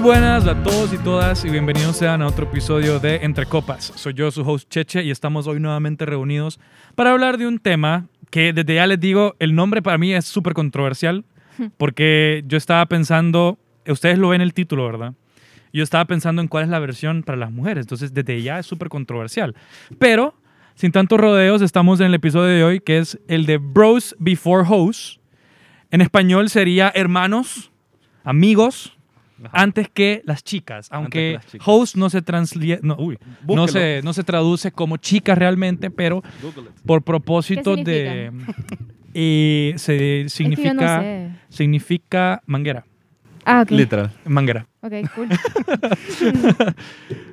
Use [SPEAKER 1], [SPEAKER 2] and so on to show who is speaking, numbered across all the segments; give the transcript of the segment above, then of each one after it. [SPEAKER 1] buenas a todos y todas y bienvenidos sean a otro episodio de Entre Copas. Soy yo, su host Cheche, y estamos hoy nuevamente reunidos para hablar de un tema que desde ya les digo, el nombre para mí es súper controversial porque yo estaba pensando, ustedes lo ven el título, ¿verdad? Yo estaba pensando en cuál es la versión para las mujeres, entonces desde ya es súper controversial. Pero, sin tantos rodeos, estamos en el episodio de hoy que es el de Bros Before Hoes. En español sería hermanos, amigos, antes que las chicas, aunque
[SPEAKER 2] las chicas.
[SPEAKER 1] host no se, transli- no, uy, no,
[SPEAKER 2] Búsquelo.
[SPEAKER 1] se, no se traduce como chicas realmente, pero
[SPEAKER 2] Google it.
[SPEAKER 1] por propósito de... eh, se
[SPEAKER 3] Es que yo no
[SPEAKER 1] significa,
[SPEAKER 3] sé.
[SPEAKER 1] significa manguera,
[SPEAKER 3] Ah, ok.
[SPEAKER 2] Literal.
[SPEAKER 1] manguera.
[SPEAKER 3] Ok, cool.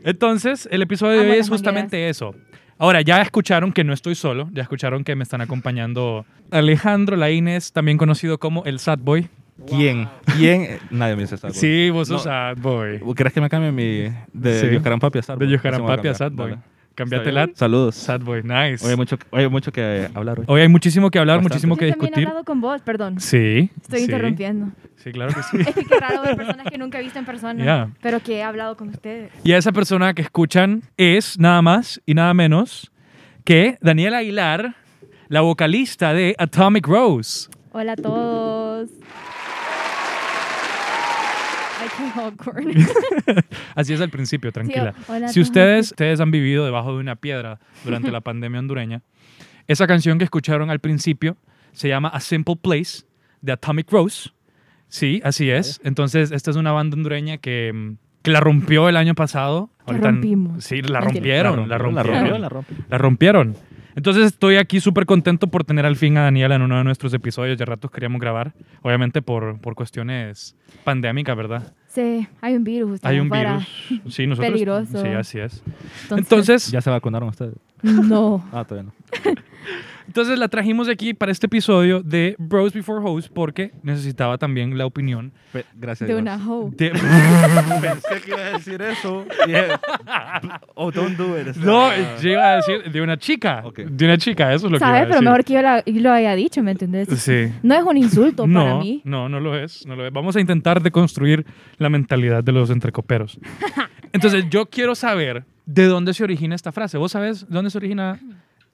[SPEAKER 1] Entonces, el episodio de
[SPEAKER 3] Amo
[SPEAKER 1] hoy
[SPEAKER 3] las
[SPEAKER 1] es justamente eso. Ahora, ya escucharon que no estoy solo, ya escucharon que me están acompañando Alejandro Laínez, también conocido como el Sad Boy.
[SPEAKER 2] ¿Quién? ¿Quién? Eh, Nadie me dice Sad Boy.
[SPEAKER 1] Sí, vos
[SPEAKER 2] No.
[SPEAKER 1] sos Sad Boy.
[SPEAKER 2] ¿Crees que me cambie mi. de
[SPEAKER 1] Sí.
[SPEAKER 2] Yoharan Papi a Sad
[SPEAKER 1] De
[SPEAKER 2] Boy?
[SPEAKER 1] Yoharan
[SPEAKER 2] Eso me voy
[SPEAKER 1] Papi a
[SPEAKER 2] cambiar.
[SPEAKER 1] Sad Boy.
[SPEAKER 2] Dale.
[SPEAKER 1] Cámbiatela.
[SPEAKER 2] Saludos.
[SPEAKER 1] Sad Boy, nice.
[SPEAKER 2] Hoy hay, mucho, hoy hay mucho que hablar hoy.
[SPEAKER 1] Hoy hay muchísimo que hablar,
[SPEAKER 2] Bastante.
[SPEAKER 1] muchísimo que
[SPEAKER 3] Yo también he
[SPEAKER 1] discutir.
[SPEAKER 3] hablado con vos, perdón.
[SPEAKER 1] Sí.
[SPEAKER 3] Estoy
[SPEAKER 1] sí.
[SPEAKER 3] interrumpiendo.
[SPEAKER 1] Sí, claro que sí.
[SPEAKER 3] Es que qué raro ver personas que nunca he visto en persona,
[SPEAKER 1] Ya.
[SPEAKER 3] pero que he hablado con ustedes.
[SPEAKER 1] Y a esa persona que escuchan es nada más y nada menos que Daniela Aguilar, la vocalista de Atomic Rose.
[SPEAKER 3] Hola a todos. Ay, qué awkward.
[SPEAKER 1] Así es al principio, tranquila.
[SPEAKER 3] Sí, hola a
[SPEAKER 1] si
[SPEAKER 3] todos.
[SPEAKER 1] ustedes, ustedes han vivido debajo de una piedra durante la pandemia hondureña, esa canción que escucharon al principio se llama A Simple Place de Atomic Rose. Sí, así es. Entonces, esta es una banda hondureña que, mm, que la rompió el año pasado.
[SPEAKER 3] Que
[SPEAKER 1] Ahorita-
[SPEAKER 3] rompimos.
[SPEAKER 1] Sí, la
[SPEAKER 3] Mentira.
[SPEAKER 1] rompieron, la rompieron.
[SPEAKER 2] La rompió, la rompió.
[SPEAKER 1] La rompieron. Entonces estoy aquí súper contento por tener al fin a Daniela en uno de nuestros episodios. Ya ratos queríamos grabar, obviamente por, por cuestiones pandémicas, ¿verdad?
[SPEAKER 3] Sí, hay un virus.
[SPEAKER 1] Hay un
[SPEAKER 3] afuera.
[SPEAKER 1] virus. Sí, nosotros.
[SPEAKER 3] Peligroso.
[SPEAKER 1] Sí, así es. Entonces,
[SPEAKER 2] ¿Ya se vacunaron ustedes?
[SPEAKER 3] No.
[SPEAKER 2] Ah, todavía no.
[SPEAKER 1] entonces la trajimos aquí para este episodio de Bros Before Hoes porque necesitaba también la opinión
[SPEAKER 2] Pe- Gracias.
[SPEAKER 3] De
[SPEAKER 2] Dios.
[SPEAKER 3] una hoe.
[SPEAKER 1] de...
[SPEAKER 2] Pensé que iba a decir eso. O don't do it. Ah.
[SPEAKER 1] No, eh, yo iba a decir de una chica.
[SPEAKER 2] eh, Ok.
[SPEAKER 1] De una chica, eso es lo
[SPEAKER 3] ¿Sabes?
[SPEAKER 1] que iba
[SPEAKER 3] Pero
[SPEAKER 1] a decir.
[SPEAKER 3] mejor que yo, la- yo lo haya dicho, ¿me entendés?
[SPEAKER 1] Sí.
[SPEAKER 3] No es un insulto
[SPEAKER 1] no,
[SPEAKER 3] para mí.
[SPEAKER 1] No, no lo es, no lo es. Vamos a intentar deconstruir la mentalidad de los entrecoperos. Entonces, yo quiero saber de dónde se origina esta frase. ¿Vos sabés dónde se origina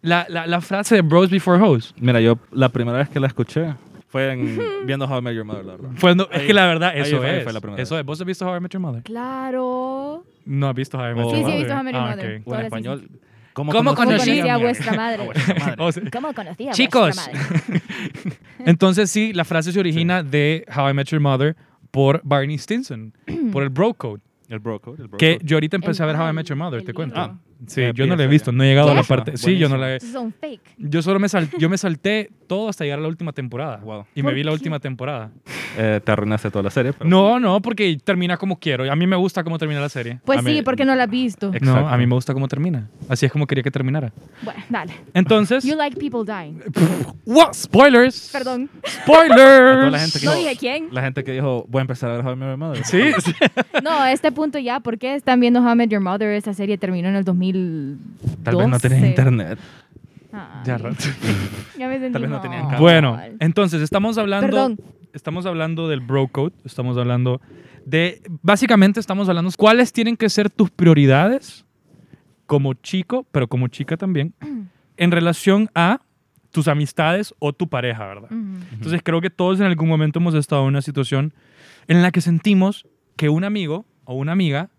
[SPEAKER 1] la, la- la frase de bros before hoes?
[SPEAKER 2] Mira, yo la primera vez que la escuché fue en viendo How I Met Your Mother, la verdad.
[SPEAKER 1] Fue- no, es
[SPEAKER 2] Ahí-
[SPEAKER 1] que la verdad,
[SPEAKER 2] ahí
[SPEAKER 1] eso
[SPEAKER 2] fue- ahí
[SPEAKER 1] es.
[SPEAKER 2] fue la primera
[SPEAKER 1] eso
[SPEAKER 2] vez.
[SPEAKER 1] es. ¿Vos has visto How I Met Your Mother?
[SPEAKER 3] Claro.
[SPEAKER 1] No has visto How I Met
[SPEAKER 2] Oh.
[SPEAKER 1] Your
[SPEAKER 2] Sí,
[SPEAKER 1] Mother. Ah,
[SPEAKER 2] sí, he
[SPEAKER 3] visto How I Met Your Mother.
[SPEAKER 2] O en
[SPEAKER 3] Todas las
[SPEAKER 2] español.
[SPEAKER 1] ¿Cómo
[SPEAKER 3] ¿Cómo
[SPEAKER 1] Conocí
[SPEAKER 3] conocí
[SPEAKER 1] a
[SPEAKER 3] a
[SPEAKER 1] mi
[SPEAKER 3] vuestra madre?
[SPEAKER 1] Ah, ok. O sea,
[SPEAKER 3] ¿Cómo conocí a
[SPEAKER 1] Chicos.
[SPEAKER 3] vuestra madre?
[SPEAKER 1] entonces, sí, la frase se origina de How I Met Your Mother por Barney Stinson, por el Bro Code.
[SPEAKER 2] El bro code, el bro
[SPEAKER 1] Que
[SPEAKER 2] code.
[SPEAKER 1] yo ahorita empecé
[SPEAKER 3] El
[SPEAKER 1] a ver How I
[SPEAKER 3] Barney,
[SPEAKER 1] Met Your Mother,
[SPEAKER 3] el
[SPEAKER 1] te cuento. Ah,
[SPEAKER 3] libro.
[SPEAKER 1] Sí,
[SPEAKER 2] Ya
[SPEAKER 1] yo no la he
[SPEAKER 2] empieza
[SPEAKER 1] visto,
[SPEAKER 2] ya.
[SPEAKER 1] no he llegado a la
[SPEAKER 3] ¿Qué?
[SPEAKER 1] parte. Sí, yo no
[SPEAKER 2] Buenísimo.
[SPEAKER 1] la he.
[SPEAKER 3] Eso es un fake.
[SPEAKER 1] Yo solo me, sal- yo me salté todo hasta llegar a la última temporada.
[SPEAKER 2] Wow.
[SPEAKER 1] Y me
[SPEAKER 3] ¿Por
[SPEAKER 1] vi la
[SPEAKER 3] qué?
[SPEAKER 1] última temporada.
[SPEAKER 2] Eh, te arruinaste toda la serie. pero-
[SPEAKER 1] No, no, porque termina como quiero. A mí me gusta cómo termina la serie.
[SPEAKER 3] Pues
[SPEAKER 2] A
[SPEAKER 3] sí,
[SPEAKER 2] mí-
[SPEAKER 3] porque no la has visto.
[SPEAKER 2] Ex-
[SPEAKER 1] No,
[SPEAKER 2] Exacto.
[SPEAKER 1] a mí me gusta cómo termina. Así es como quería que terminara.
[SPEAKER 3] Bueno, dale.
[SPEAKER 1] Entonces,
[SPEAKER 3] You like people dying.
[SPEAKER 1] ¡Wow! spoilers.
[SPEAKER 3] Perdón.
[SPEAKER 2] A toda
[SPEAKER 1] Spoilers.
[SPEAKER 2] la gente que
[SPEAKER 3] No
[SPEAKER 2] dijo-
[SPEAKER 3] dije quién.
[SPEAKER 2] La gente que dijo, voy a empezar a ver How I Met Your Mother.
[SPEAKER 1] Sí, sí.
[SPEAKER 3] No, a este punto ya, ¿por qué están viendo How I Met Your Mother? Esa serie terminó en el 2012.
[SPEAKER 2] Tal vez no tenés internet.
[SPEAKER 3] Ay,
[SPEAKER 1] Ya rato.
[SPEAKER 3] ya me Ah, sentí
[SPEAKER 2] Tal vez no
[SPEAKER 3] mal.
[SPEAKER 2] tenían cable.
[SPEAKER 1] Bueno, entonces estamos hablando
[SPEAKER 3] Perdón.
[SPEAKER 1] estamos hablando del bro code, estamos hablando de básicamente estamos hablando cuáles tienen que ser tus prioridades como chico, pero como chica también en relación a tus amistades o tu pareja, ¿verdad?
[SPEAKER 3] Ujú.
[SPEAKER 1] Entonces creo que todos en algún momento hemos estado en una situación en la que sentimos que un amigo o una amiga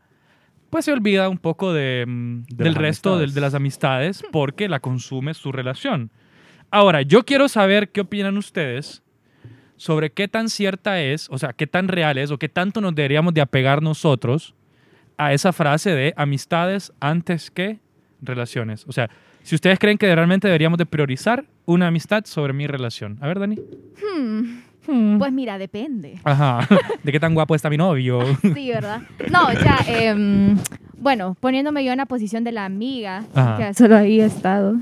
[SPEAKER 1] pues se olvida un poco de, mm,
[SPEAKER 2] De
[SPEAKER 1] del
[SPEAKER 2] las
[SPEAKER 1] resto del-
[SPEAKER 2] amistades.
[SPEAKER 1] de las amistades porque la consume su relación. Ahora, yo quiero saber qué opinan ustedes sobre qué tan cierta es, o sea, qué tan real es o qué tanto nos deberíamos de apegar nosotros a esa frase de amistades antes que relaciones. O sea, si ustedes creen que realmente deberíamos de priorizar una amistad sobre mi relación. A ver, Dani.
[SPEAKER 3] Hmm, Pues mira, depende.
[SPEAKER 1] Ajá. ¿De qué tan guapo está mi novio?
[SPEAKER 3] Sí, ¿verdad? No, ya, em, bueno, poniéndome yo en la posición de la amiga,
[SPEAKER 1] Ajá.
[SPEAKER 3] que solo ahí he estado.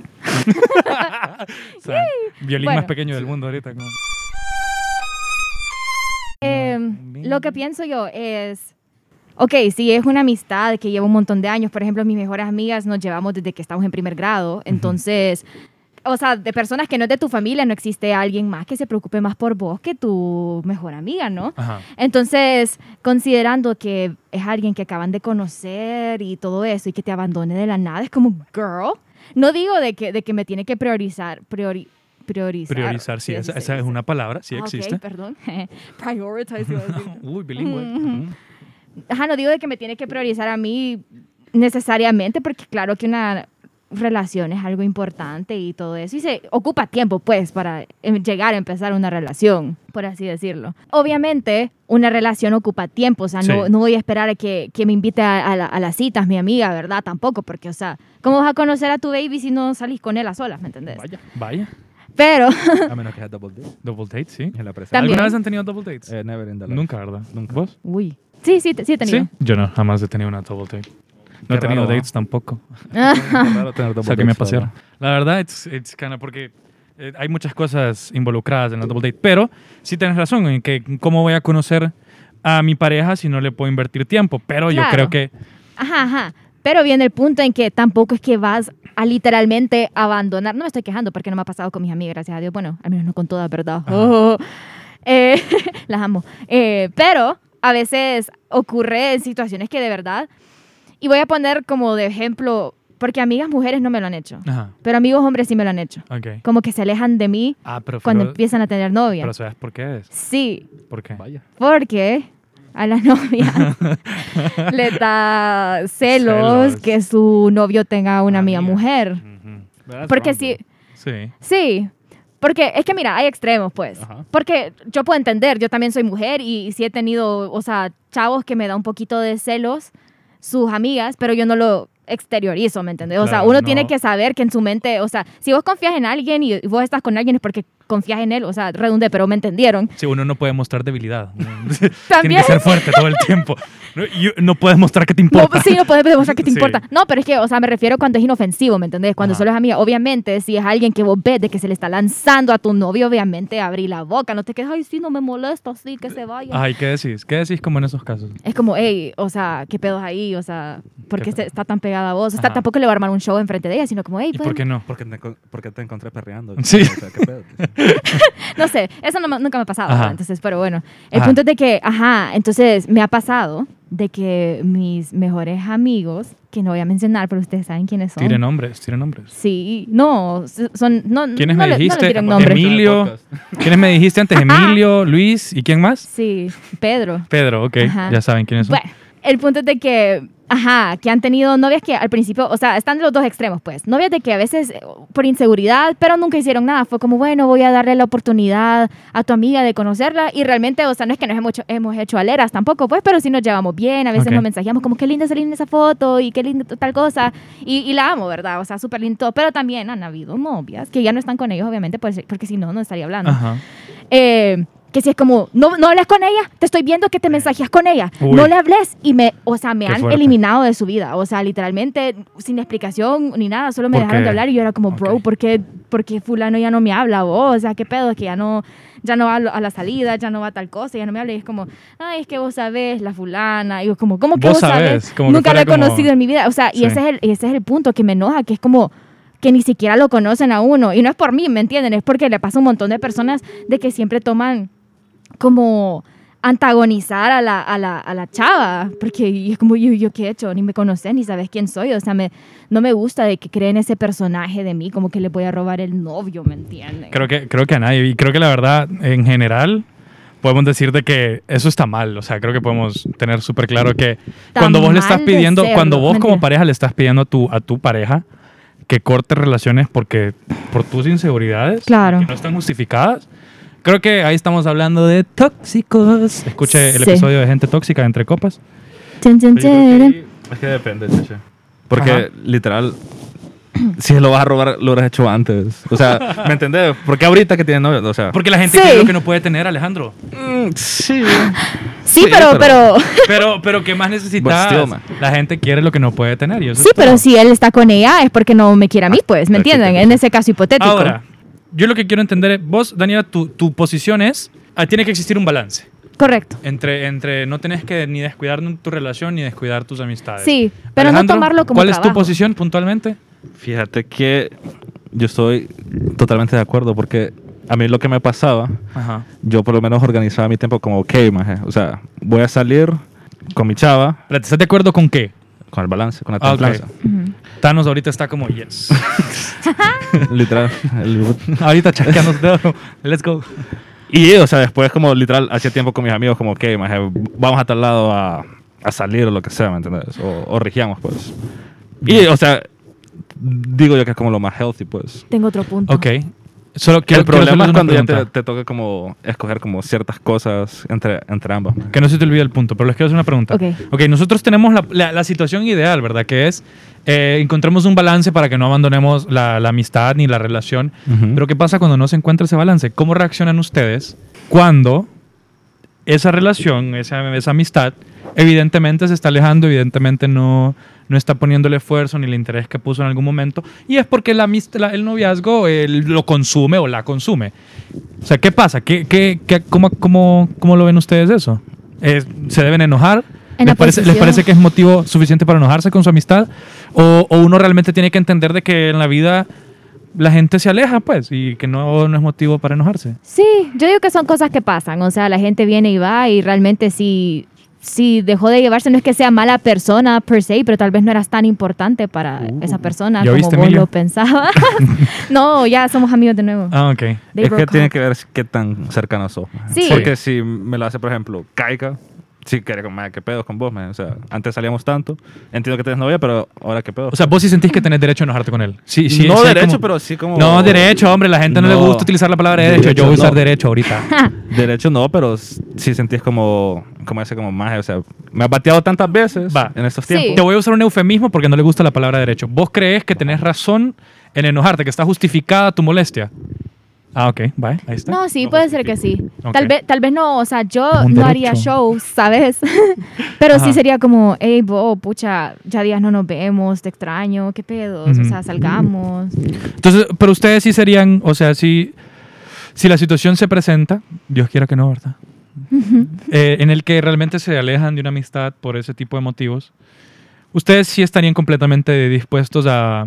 [SPEAKER 1] O sea, violín más
[SPEAKER 3] Bueno.
[SPEAKER 1] pequeño del mundo ahorita. como-
[SPEAKER 3] Em, lo que pienso yo es, ok, si es una amistad que lleva un montón de años, por ejemplo, mis mejores amigas nos llevamos desde que estamos en primer grado, entonces o sea, de personas que no es de tu familia, no existe alguien más que se preocupe más por vos que tu mejor amiga, ¿no?
[SPEAKER 1] Ajá.
[SPEAKER 3] Entonces, considerando que es alguien que acaban de conocer y todo eso y que te abandone de la nada, es como, girl, no digo de que, de que me tiene que priorizar, priori- priorizar.
[SPEAKER 1] Priorizar, sí,
[SPEAKER 3] así
[SPEAKER 1] esa,
[SPEAKER 3] se
[SPEAKER 1] esa es
[SPEAKER 3] dice.
[SPEAKER 1] una palabra, sí
[SPEAKER 3] Ah, ok,
[SPEAKER 1] existe.
[SPEAKER 3] perdón. Prioritize. iba a decir.
[SPEAKER 1] Uy, bilingüe.
[SPEAKER 3] Ujú.
[SPEAKER 1] Mm.
[SPEAKER 3] Ajá, no digo de que me tiene que priorizar a mí necesariamente, porque claro que una relación es algo importante y todo eso. Y se ocupa tiempo, pues, para eh, llegar a empezar una relación, por así decirlo. Obviamente, una relación ocupa tiempo, o sea, no,
[SPEAKER 1] Sí.
[SPEAKER 3] no voy a esperar a que, que me invite a, a la- a las citas mi amiga, ¿verdad? Tampoco, porque, o sea, ¿cómo vas a conocer a tu baby si no salís con él a solas, me entendés?
[SPEAKER 1] Vaya, vaya.
[SPEAKER 3] este. Pero,
[SPEAKER 2] A menos que sea double date.
[SPEAKER 1] Double date, sí.
[SPEAKER 2] En la presa.
[SPEAKER 3] También.
[SPEAKER 1] ¿Alguna vez han tenido double dates?
[SPEAKER 2] Eh, never in the life.
[SPEAKER 1] Nunca, ¿verdad? Nunca. ¿Vos?
[SPEAKER 3] uy. Sí, sí, sí he tenido.
[SPEAKER 1] Sí. Yo no, jamás he tenido una double date. No he
[SPEAKER 2] Qué
[SPEAKER 1] tenido
[SPEAKER 2] raro,
[SPEAKER 1] dates tampoco.
[SPEAKER 2] Qué raro tener double
[SPEAKER 1] O sea, que me
[SPEAKER 2] dates, la
[SPEAKER 1] pasearon.
[SPEAKER 2] verdad.
[SPEAKER 1] La verdad, it's, it's kinda porque eh, hay muchas cosas involucradas en la double date. Pero sí tienes razón en que cómo voy a conocer a mi pareja si no le puedo invertir tiempo. Pero yo
[SPEAKER 3] Claro.
[SPEAKER 1] creo que...
[SPEAKER 3] Ajá, ajá. Pero viene el punto en que tampoco es que vas a literalmente abandonar. No me estoy quejando porque no me ha pasado con mis amigas, gracias a Dios. Bueno, al menos no con todas, ¿verdad? Oh. Eh, las amo. Eh, pero a veces ocurre en situaciones que de verdad. Y voy a poner como de ejemplo, porque amigas mujeres no me lo han hecho,
[SPEAKER 1] Ajá,
[SPEAKER 3] pero amigos hombres sí me lo han hecho.
[SPEAKER 1] ok.
[SPEAKER 3] Como que se alejan de mí
[SPEAKER 1] Ah, pero...
[SPEAKER 3] cuando
[SPEAKER 1] pero-
[SPEAKER 3] empiezan a tener novia.
[SPEAKER 1] Pero ¿sabes por qué es?
[SPEAKER 3] Sí,
[SPEAKER 1] ¿Por qué?
[SPEAKER 2] Vaya.
[SPEAKER 3] porque a la novia le da celos,
[SPEAKER 1] Celos.
[SPEAKER 3] que su novio tenga una amiga
[SPEAKER 1] Amiga.
[SPEAKER 3] mujer.
[SPEAKER 1] Ujú.
[SPEAKER 3] Porque sí,
[SPEAKER 1] Sí.
[SPEAKER 3] sí. Porque es que mira, hay extremos, pues.
[SPEAKER 2] Ajá.
[SPEAKER 3] Porque yo puedo entender, yo también soy mujer y sí he tenido, o sea, chavos que me da un poquito de celos sus amigas, pero yo no lo exteriorizo, ¿me entiendes? o sea,
[SPEAKER 1] Claro,
[SPEAKER 3] uno
[SPEAKER 1] no.
[SPEAKER 3] tiene que saber que en su mente, o sea, si vos confías en alguien y vos estás con alguien es porque confías en él, o sea, redundé, pero me entendieron.
[SPEAKER 1] Sí, uno no puede mostrar debilidad. Tiene
[SPEAKER 3] También.
[SPEAKER 1] que ser fuerte todo el tiempo. No, you- no puedes mostrar que te
[SPEAKER 3] No,
[SPEAKER 1] importa.
[SPEAKER 3] sí, no puedes demostrar que te
[SPEAKER 1] Sí.
[SPEAKER 3] importa. No, pero es que, o sea, me refiero cuando es inofensivo, ¿me entendés? Cuando
[SPEAKER 1] Ajá.
[SPEAKER 3] solo es amiga. Obviamente, si es alguien que vos ves de que se le está lanzando a tu novio, obviamente abrí la boca. No te quedes, ay, sí, no me molesta, sí, que se vaya.
[SPEAKER 1] Ay, ¿qué decís? ¿Qué decís como en esos casos?
[SPEAKER 3] Es como, hey, o sea, ¿qué pedos ahí? O sea, ¿por qué
[SPEAKER 1] ¿Qué pedo?
[SPEAKER 3] se- está tan pegada a vos? O sea,
[SPEAKER 1] Ajá.
[SPEAKER 3] tampoco le va a armar un show enfrente de ella, sino como, pues, hey,
[SPEAKER 1] ¿Y por qué no?
[SPEAKER 2] Porque te, encon- porque te encontré perreando.
[SPEAKER 1] Sí.
[SPEAKER 2] O sea, qué pedo.
[SPEAKER 3] no sé, eso no me- nunca me ha pasado.
[SPEAKER 1] Ajá.
[SPEAKER 3] ¿no? Entonces, pero bueno, el
[SPEAKER 1] Ajá.
[SPEAKER 3] punto es de que, ajá, entonces me ha pasado de que mis mejores amigos, que no voy a mencionar, pero ustedes saben quiénes son.
[SPEAKER 1] Tiren nombres, tiren nombres.
[SPEAKER 3] Sí, no, s- son, no,
[SPEAKER 1] ¿Quiénes
[SPEAKER 3] no
[SPEAKER 1] me
[SPEAKER 3] le- no le
[SPEAKER 1] dijiste?
[SPEAKER 3] tiren nombre.
[SPEAKER 1] Emilio. ¿Quiénes me dijiste
[SPEAKER 3] Ah.
[SPEAKER 1] antes? Emilio, Luis y quién más?
[SPEAKER 3] Sí, Pedro.
[SPEAKER 1] Pedro, ok.
[SPEAKER 3] Ajá.
[SPEAKER 1] Ya saben quiénes son.
[SPEAKER 3] Bueno, el punto es de que, ajá, que han tenido novias que al principio, o sea, están de los dos extremos, pues. Novias de que a veces eh, por inseguridad, pero nunca hicieron nada. Fue como, bueno, voy a darle la oportunidad a tu amiga de conocerla. Y realmente, o sea, no es que nos hemos hecho, hemos hecho aleras tampoco, pues, pero sí nos llevamos bien. A veces
[SPEAKER 1] Ok.
[SPEAKER 3] nos mensajeamos como, qué linda salir en esa foto y qué linda tal cosa. Y, y la amo, ¿verdad? O sea, súper lindo. Pero también han habido novias que ya no están con ellos, obviamente, pues, porque si no, no estaría hablando.
[SPEAKER 1] Ajá.
[SPEAKER 3] Eh, que si es como, no, no hablas con ella, te estoy viendo que te mensajeas con ella.
[SPEAKER 1] Uy.
[SPEAKER 3] No le hables y me, o sea, me
[SPEAKER 1] Qué
[SPEAKER 3] han
[SPEAKER 1] fuerte.
[SPEAKER 3] eliminado de su vida. O sea, literalmente, sin explicación ni nada, solo me
[SPEAKER 1] ¿Por
[SPEAKER 3] dejaron
[SPEAKER 1] qué?
[SPEAKER 3] de hablar y yo era como, bro,
[SPEAKER 1] Ok.
[SPEAKER 3] ¿por qué, por qué fulano ya no me habla vos? O sea, qué pedo, es que ya no, ya no va a lo- a la salida, ya no va a tal cosa, ya no me habla. Y es como, ay, es que vos sabés, la fulana. Y yo como, ¿cómo que
[SPEAKER 1] Vos
[SPEAKER 3] vos sabés?
[SPEAKER 1] sabés, como que
[SPEAKER 3] Nunca la he
[SPEAKER 1] fuera como-
[SPEAKER 3] conocido en mi vida. O sea, y
[SPEAKER 1] Sí.
[SPEAKER 3] ese es el, y ese es el punto que me enoja, que es como, que ni siquiera lo conocen a uno. Y no es por mí, ¿me entienden? Es porque le pasa a un montón de personas de que siempre toman como antagonizar a la, a la, a la chava. Porque y es como, yo, yo qué he hecho, ni me conoces, ni sabes quién soy. O sea, me, no me gusta de que creen ese personaje de mí, como que le voy a robar el novio, ¿me entienden?
[SPEAKER 1] Creo que, creo que a nadie. Y creo que la verdad, en general, podemos decir de que eso está mal. O sea, creo que podemos tener súper claro que
[SPEAKER 3] Está
[SPEAKER 1] cuando vos le
[SPEAKER 3] mal
[SPEAKER 1] estás
[SPEAKER 3] de
[SPEAKER 1] pidiendo,
[SPEAKER 3] serlo.
[SPEAKER 1] cuando vos como
[SPEAKER 3] Mentira.
[SPEAKER 1] pareja le estás pidiendo a tu, a tu pareja que corte relaciones porque por tus inseguridades
[SPEAKER 3] Claro.
[SPEAKER 1] que no están justificadas. Creo que ahí estamos hablando de tóxicos. Escuche el
[SPEAKER 3] Sí.
[SPEAKER 1] episodio de gente tóxica entre copas.
[SPEAKER 3] Chan, chan,
[SPEAKER 2] Pero yo creo que
[SPEAKER 3] chan.
[SPEAKER 2] ahí- Es que depende, chacha. Porque
[SPEAKER 1] Ajá.
[SPEAKER 2] literal, si lo vas a robar, lo hubieras hecho antes. O sea, ¿me entendés? Porque ahorita que tienes novio, o sea.
[SPEAKER 1] Porque la gente
[SPEAKER 3] Sí.
[SPEAKER 1] cree lo que no puede tener, Alejandro.
[SPEAKER 2] Mm, sí.
[SPEAKER 3] Sí,
[SPEAKER 2] Sí,
[SPEAKER 3] pero, pero,
[SPEAKER 2] pero-
[SPEAKER 1] Pero, pero ¿qué más necesitas?
[SPEAKER 2] But still, man.
[SPEAKER 1] La gente quiere lo que no puede tener. Y eso
[SPEAKER 3] sí,
[SPEAKER 1] es todo.
[SPEAKER 3] pero si él está con ella es porque no me quiere a mí, pues,
[SPEAKER 2] Ah,
[SPEAKER 3] ¿me entienden?
[SPEAKER 2] perfecto.
[SPEAKER 3] En ese caso hipotético.
[SPEAKER 1] Ahora, yo lo que quiero entender es, vos, Daniela, tu, tu posición es, ah, tiene que existir un balance
[SPEAKER 3] Correcto.
[SPEAKER 1] entre, entre no tenés que ni descuidar tu relación ni descuidar tus amistades.
[SPEAKER 3] Sí, pero no
[SPEAKER 1] Alejandro,
[SPEAKER 3] tomarlo como
[SPEAKER 1] ¿Cuál es tu
[SPEAKER 3] trabajo.
[SPEAKER 1] posición puntualmente?
[SPEAKER 2] Fíjate que yo estoy totalmente de acuerdo porque a mí lo que me pasaba,
[SPEAKER 1] Ajá.
[SPEAKER 2] yo por lo menos organizaba mi tiempo como, ok, maje, o sea, voy a salir con mi chava,
[SPEAKER 1] Espérate, ¿Estás de acuerdo con qué?
[SPEAKER 2] con el balance, con la
[SPEAKER 1] Ah, ok.
[SPEAKER 2] templanza.
[SPEAKER 1] Thanos ahorita está como, yes.
[SPEAKER 2] Literal. el-
[SPEAKER 1] ahorita chasqueanos dedo. Let's go.
[SPEAKER 2] Y, o sea, después como literal hacía tiempo con mis amigos como, ok, maje, vamos a tal lado a, a salir o lo que sea, ¿me entiendes? O, o rigiamos, pues. Y, o sea, digo yo que es como lo más healthy, pues.
[SPEAKER 3] Tengo otro punto.
[SPEAKER 1] Ok. Solo quiero,
[SPEAKER 2] el
[SPEAKER 1] quiero
[SPEAKER 2] problema
[SPEAKER 1] hacerles
[SPEAKER 2] es
[SPEAKER 1] una
[SPEAKER 2] cuando ya te,
[SPEAKER 1] pregunta.
[SPEAKER 2] te toca como escoger como ciertas cosas entre, entre ambas. maje.
[SPEAKER 1] Que no se te olvide el punto, pero les quiero hacer una pregunta.
[SPEAKER 3] Ok.
[SPEAKER 1] ok, nosotros tenemos la, la- la situación ideal, ¿verdad? Que es eh, encontremos un balance para que no abandonemos la, la amistad ni la relación.
[SPEAKER 2] Ujú.
[SPEAKER 1] Pero ¿qué pasa cuando no se encuentra ese balance? ¿Cómo reaccionan ustedes cuando esa relación, esa, esa amistad, evidentemente se está alejando, evidentemente no, no está poniendo el esfuerzo ni el interés que puso en algún momento? Y es porque la, amist- la- el noviazgo eh, lo consume o la consume. O sea, ¿qué pasa? ¿Qué, qué, qué- cómo, cómo- cómo lo ven ustedes eso? Eh, ¿Se deben enojar?
[SPEAKER 3] En
[SPEAKER 1] ¿Les
[SPEAKER 3] la
[SPEAKER 1] parece, ¿Les
[SPEAKER 3] posición-
[SPEAKER 1] parece que es motivo suficiente para enojarse con su amistad? ¿O, o uno realmente tiene que entender de que en la vida la gente se aleja, pues, y que no, no es motivo para enojarse?
[SPEAKER 3] Sí, yo digo que son cosas que pasan. O sea, la gente viene y va y realmente si, si dejó de llevarse, no es que sea mala persona per se, pero tal vez no eras tan importante para esa persona
[SPEAKER 1] Uh. ¿Ya
[SPEAKER 3] como
[SPEAKER 1] viste,
[SPEAKER 3] vos
[SPEAKER 1] Emilia?
[SPEAKER 3] lo pensabas. no, ya somos amigos de nuevo.
[SPEAKER 1] Ah, ok.
[SPEAKER 3] They
[SPEAKER 2] es que
[SPEAKER 3] broke
[SPEAKER 2] tiene
[SPEAKER 3] up.
[SPEAKER 2] que ver qué tan cercano sos. maje.
[SPEAKER 3] Sí.
[SPEAKER 2] Porque si me lo hace, por ejemplo, Caica, si quiere con maje, qué pedos con vos, maje? O sea, antes salíamos tanto. Entiendo que tenés novia, pero ahora qué pedos.
[SPEAKER 1] O sea, vos sí sentís que tenés derecho a enojarte con él. Sí, sí,
[SPEAKER 2] no
[SPEAKER 1] sí,
[SPEAKER 2] derecho,
[SPEAKER 1] como-
[SPEAKER 2] pero sí como.
[SPEAKER 1] No, derecho, hombre. La gente no, le
[SPEAKER 2] No.
[SPEAKER 1] gusta utilizar la palabra derecho.
[SPEAKER 2] Derecho,
[SPEAKER 1] Yo voy a usar
[SPEAKER 2] no.
[SPEAKER 1] derecho ahorita.
[SPEAKER 2] Derecho no, pero s- sí sentís como. Como ese, como maje. O sea, me has bateado tantas veces
[SPEAKER 1] Va.
[SPEAKER 2] en estos
[SPEAKER 3] Sí.
[SPEAKER 1] Te
[SPEAKER 2] tiempos.
[SPEAKER 1] voy a usar un eufemismo porque no le gusta la palabra derecho. ¿Vos crees que tenés razón en enojarte, que está justificada tu molestia? Ah, ok. Bye. Ahí está.
[SPEAKER 3] No, sí,
[SPEAKER 2] No
[SPEAKER 3] puede ser que sí.
[SPEAKER 2] justifica.
[SPEAKER 1] Ok.
[SPEAKER 3] Tal, vez, tal vez no, o sea, yo
[SPEAKER 1] Es un
[SPEAKER 3] no haría
[SPEAKER 1] derecho.
[SPEAKER 3] show, ¿sabes? Pero
[SPEAKER 1] Ajá.
[SPEAKER 3] sí sería como, hey, bo, pucha, ya días no nos vemos, te extraño, qué pedos, o
[SPEAKER 1] Ujú.
[SPEAKER 3] sea, salgamos.
[SPEAKER 1] Entonces, pero ustedes sí serían, o sea, si, si la situación se presenta, Dios quiera que no, ¿verdad? Eh, en el que realmente se alejan de una amistad por ese tipo de motivos, ustedes sí estarían completamente dispuestos a,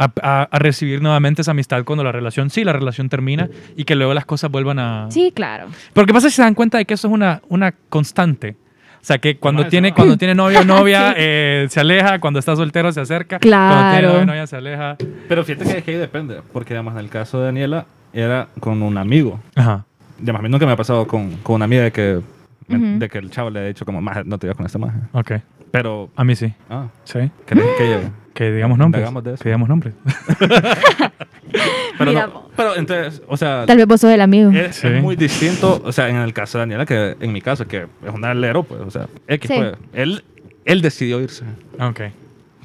[SPEAKER 1] a- a- a recibir nuevamente esa amistad cuando la relación, sí, la relación termina y que luego las cosas vuelvan a...
[SPEAKER 3] Sí, claro.
[SPEAKER 1] Pero ¿qué pasa si se dan cuenta de que eso es una, una constante? O sea, que cuando
[SPEAKER 2] Ah,
[SPEAKER 1] tiene,
[SPEAKER 2] eso.
[SPEAKER 1] cuando tiene novio o novia, eh, se aleja, cuando está soltero se acerca, cuando tiene
[SPEAKER 3] Claro.
[SPEAKER 1] novio o novia se aleja.
[SPEAKER 2] Pero fíjate que, que ahí depende. Porque, digamos, en el caso de Daniela, era con un amigo.
[SPEAKER 1] Ajá.
[SPEAKER 2] Además, a mí nunca me ha pasado con, con una amiga de que,
[SPEAKER 3] Ujú.
[SPEAKER 2] de que el chavo le ha dicho como, "Maje, no te vayas con esta maje.
[SPEAKER 1] Ok.
[SPEAKER 2] Pero,
[SPEAKER 1] A mí sí.
[SPEAKER 2] ah,
[SPEAKER 1] Sí.
[SPEAKER 2] ¿crees que lleve?
[SPEAKER 1] Que digamos nombres.
[SPEAKER 2] Indagamos de eso.
[SPEAKER 1] Que digamos nombres.
[SPEAKER 2] Pero,
[SPEAKER 3] Mira
[SPEAKER 2] no,
[SPEAKER 3] vos.
[SPEAKER 2] pero entonces, o sea,
[SPEAKER 3] Tal vez vos sos el amigo.
[SPEAKER 2] es,
[SPEAKER 1] Sí.
[SPEAKER 2] es muy distinto, o sea, en el caso de Daniela, que en mi caso, que es un alero, pues, o sea, X,
[SPEAKER 3] Sí.
[SPEAKER 2] pues, él, él decidió irse.
[SPEAKER 1] Ok.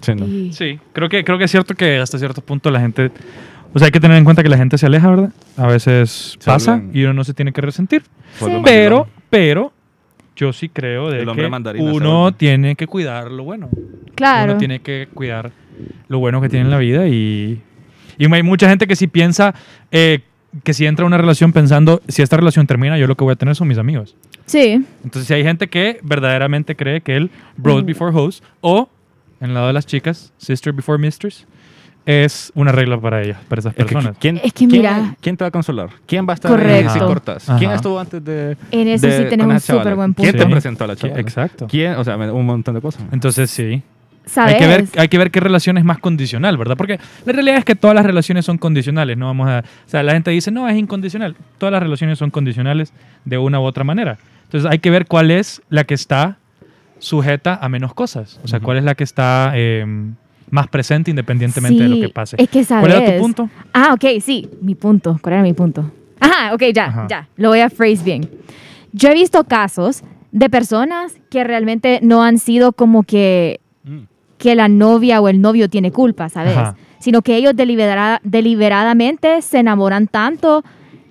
[SPEAKER 2] Sí, ¿no?
[SPEAKER 3] Y-
[SPEAKER 1] Sí, creo que, creo que es cierto que hasta cierto punto la gente... O sea, hay que tener en cuenta que la gente se aleja, ¿verdad? A veces
[SPEAKER 2] Se
[SPEAKER 1] pasa
[SPEAKER 2] vuelven-
[SPEAKER 1] y uno no se tiene que resentir.
[SPEAKER 2] Fue lo
[SPEAKER 3] Sí.
[SPEAKER 2] más
[SPEAKER 1] Pero,
[SPEAKER 2] que
[SPEAKER 1] pero, yo sí creo de
[SPEAKER 2] El hombre
[SPEAKER 1] que
[SPEAKER 2] mandarina se
[SPEAKER 1] uno
[SPEAKER 2] vuelve.
[SPEAKER 1] tiene que cuidar lo bueno.
[SPEAKER 3] Claro.
[SPEAKER 1] Uno tiene que cuidar lo bueno que tiene en la vida y, y hay mucha gente que si piensa eh, que si entra a una relación pensando, si esta relación termina, yo lo que voy a tener son mis amigos.
[SPEAKER 3] Sí.
[SPEAKER 1] Entonces, si hay gente que verdaderamente cree que el bros
[SPEAKER 3] Mm.
[SPEAKER 1] before hoes o, en el lado de las chicas, sister before mistress, es una regla para ellas, para esas
[SPEAKER 2] Es que,
[SPEAKER 1] personas.
[SPEAKER 2] ¿quién,
[SPEAKER 3] Es que
[SPEAKER 2] quién-
[SPEAKER 3] mira-
[SPEAKER 2] ¿Quién te va a consolar? ¿Quién va a estar ahí si
[SPEAKER 1] Correcto.
[SPEAKER 2] cortas?
[SPEAKER 1] Ajá.
[SPEAKER 2] ¿Quién estuvo antes de.?
[SPEAKER 3] En eso
[SPEAKER 2] de-
[SPEAKER 3] sí tenés
[SPEAKER 2] con
[SPEAKER 3] un
[SPEAKER 2] esa chavala?
[SPEAKER 3] súper buen punto.
[SPEAKER 2] ¿Quién te
[SPEAKER 1] Sí.
[SPEAKER 2] presentó a la chavala?
[SPEAKER 1] Exacto.
[SPEAKER 2] ¿Quién? O sea, un montón de cosas.
[SPEAKER 1] Entonces, sí.
[SPEAKER 3] ¿Sabes?
[SPEAKER 1] Hay que, ver, hay que ver qué relación es más condicional, ¿verdad? Porque la realidad es que todas las relaciones son condicionales, no vamos a... O sea, la gente dice, no, es incondicional. Todas las relaciones son condicionales de una u otra manera. Entonces hay que ver cuál es la que está sujeta a menos cosas. O sea,
[SPEAKER 2] Ujú.
[SPEAKER 1] cuál es la que está eh, más presente independientemente de lo
[SPEAKER 3] Sí,
[SPEAKER 1] que pase.
[SPEAKER 3] Es que sabes.
[SPEAKER 1] ¿Cuál era tu punto?
[SPEAKER 3] Ah, ok, sí. Mi punto. ¿Cuál era mi punto? Ajá, ok, ya,
[SPEAKER 1] Ajá.
[SPEAKER 3] ya. Lo voy a phrase bien. Yo he visto casos de personas que realmente no han sido como que,
[SPEAKER 2] Mm.
[SPEAKER 3] que la novia o el novio tiene culpa, ¿sabes?
[SPEAKER 1] Ajá.
[SPEAKER 3] Sino que ellos delibera- deliberadamente se enamoran tanto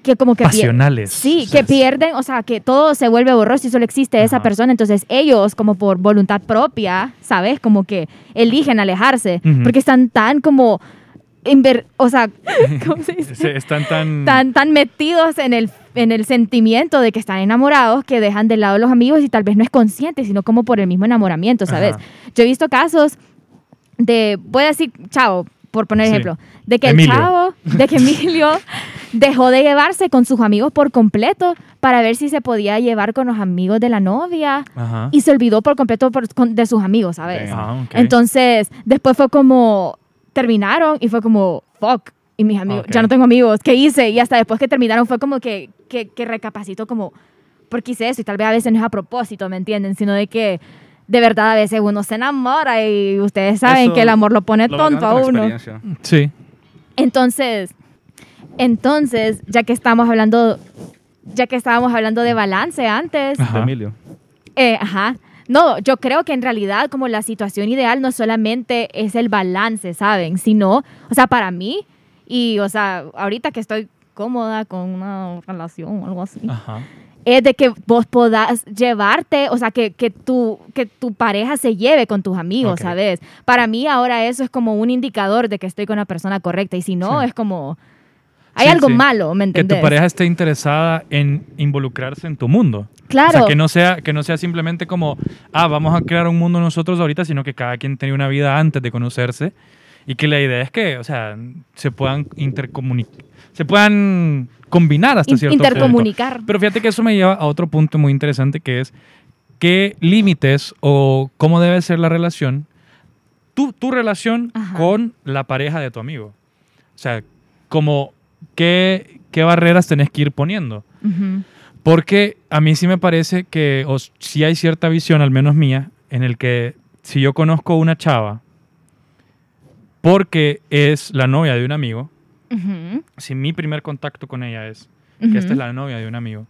[SPEAKER 3] que como que... pier-
[SPEAKER 1] Pasionales.
[SPEAKER 3] Sí,
[SPEAKER 1] O sea,
[SPEAKER 3] que pierden, o sea, que todo se vuelve borroso y solo existe
[SPEAKER 1] Ajá.
[SPEAKER 3] esa persona. Entonces ellos, como por voluntad propia, ¿sabes? Como que eligen alejarse
[SPEAKER 1] Ujú.
[SPEAKER 3] porque están tan como... inver- o sea, ¿cómo se dice?
[SPEAKER 1] se- Están tan...
[SPEAKER 3] Tan, tan metidos en el, en el sentimiento de que están enamorados que dejan de lado a los amigos y tal vez no es consciente, sino como por el mismo enamoramiento, ¿sabes?
[SPEAKER 1] Ajá.
[SPEAKER 3] Yo he visto casos de, voy a decir, chao, por poner
[SPEAKER 1] Sí.
[SPEAKER 3] ejemplo, de que
[SPEAKER 1] Emilio.
[SPEAKER 3] el chavo, de que Emilio dejó de llevarse con sus amigos por completo para ver si se podía llevar con los amigos de la novia
[SPEAKER 1] Ajá.
[SPEAKER 3] y se olvidó por completo por- con- de sus amigos, ¿sabes?
[SPEAKER 2] Damn.
[SPEAKER 1] Ah, ok.
[SPEAKER 3] Entonces, después fue como, terminaron y fue como, fuck. Y mis amigos,
[SPEAKER 1] Ok.
[SPEAKER 3] ya no tengo amigos, ¿qué hice? Y hasta después que terminaron fue como que, que, que recapacito como, ¿por qué hice eso? Y tal vez a veces no es a propósito, ¿me entienden? Sino de que de verdad a veces uno se enamora y ustedes saben
[SPEAKER 2] Eso
[SPEAKER 3] que el amor lo pone
[SPEAKER 2] Mm. Lo
[SPEAKER 3] tonto a
[SPEAKER 2] bacano de la
[SPEAKER 3] uno.
[SPEAKER 2] experiencia.
[SPEAKER 1] Sí.
[SPEAKER 3] Entonces, entonces, ya que estamos hablando, ya que estábamos hablando de balance antes,
[SPEAKER 1] Ajá.
[SPEAKER 2] De Emilio.
[SPEAKER 3] eh, ajá. No, yo creo que en realidad como la situación ideal no solamente es el balance, ¿saben? Sino, o sea, para mí, y o sea, ahorita que estoy cómoda con una relación o algo así,
[SPEAKER 1] Ajá.
[SPEAKER 3] es de que vos podás llevarte, o sea, que, que, tu, que tu pareja se lleve con tus amigos,
[SPEAKER 1] Ok.
[SPEAKER 3] ¿sabes? Para mí ahora eso es como un indicador de que estoy con la persona correcta y si no,
[SPEAKER 1] Sí.
[SPEAKER 3] es como... Hay
[SPEAKER 1] Sí,
[SPEAKER 3] algo
[SPEAKER 1] sí.
[SPEAKER 3] malo, ¿me
[SPEAKER 1] Que
[SPEAKER 3] entendés?
[SPEAKER 1] tu pareja esté interesada en involucrarse en tu mundo.
[SPEAKER 3] Claro.
[SPEAKER 1] O sea, que no sea, que no sea simplemente como, ah, vamos a crear un mundo nosotros ahorita, sino que cada quien tenía una vida antes de conocerse. Y que la idea es que, o sea, se puedan intercomunicar, se puedan combinar hasta
[SPEAKER 3] In-
[SPEAKER 1] cierto punto.
[SPEAKER 3] intercomunicar.
[SPEAKER 1] Pero fíjate que eso me lleva a otro punto muy interesante que es qué límites o cómo debe ser la relación, tu, tu relación
[SPEAKER 3] Ajá.
[SPEAKER 1] con la pareja de tu amigo. O sea, como qué, qué barreras tenés que ir poniendo.
[SPEAKER 3] Ujú.
[SPEAKER 1] Porque a mí sí me parece que, o sí hay cierta visión, al menos mía, en el que si yo conozco una chava porque es la novia de un amigo,
[SPEAKER 3] Ujú.
[SPEAKER 1] si mi primer contacto con ella es
[SPEAKER 3] Ujú.
[SPEAKER 1] que esta este es la novia de un amigo,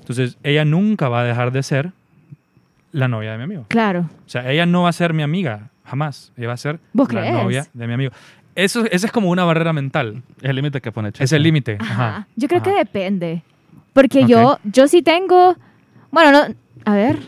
[SPEAKER 1] entonces ella nunca va a dejar de ser la novia de mi amigo.
[SPEAKER 3] Claro.
[SPEAKER 1] O sea, ella no va a ser mi amiga, jamás. Ella va a ser la
[SPEAKER 3] ¿Vos crees?
[SPEAKER 1] novia de mi amigo. Eso, esa es como una barrera mental.
[SPEAKER 2] Es el límite que pone Checo.
[SPEAKER 1] Es el límite.
[SPEAKER 3] Ajá.
[SPEAKER 1] Ajá.
[SPEAKER 3] Yo creo que
[SPEAKER 1] Ajá.
[SPEAKER 3] depende. Porque yo,
[SPEAKER 1] Ok.
[SPEAKER 3] yo sí tengo. Bueno, no. A ver.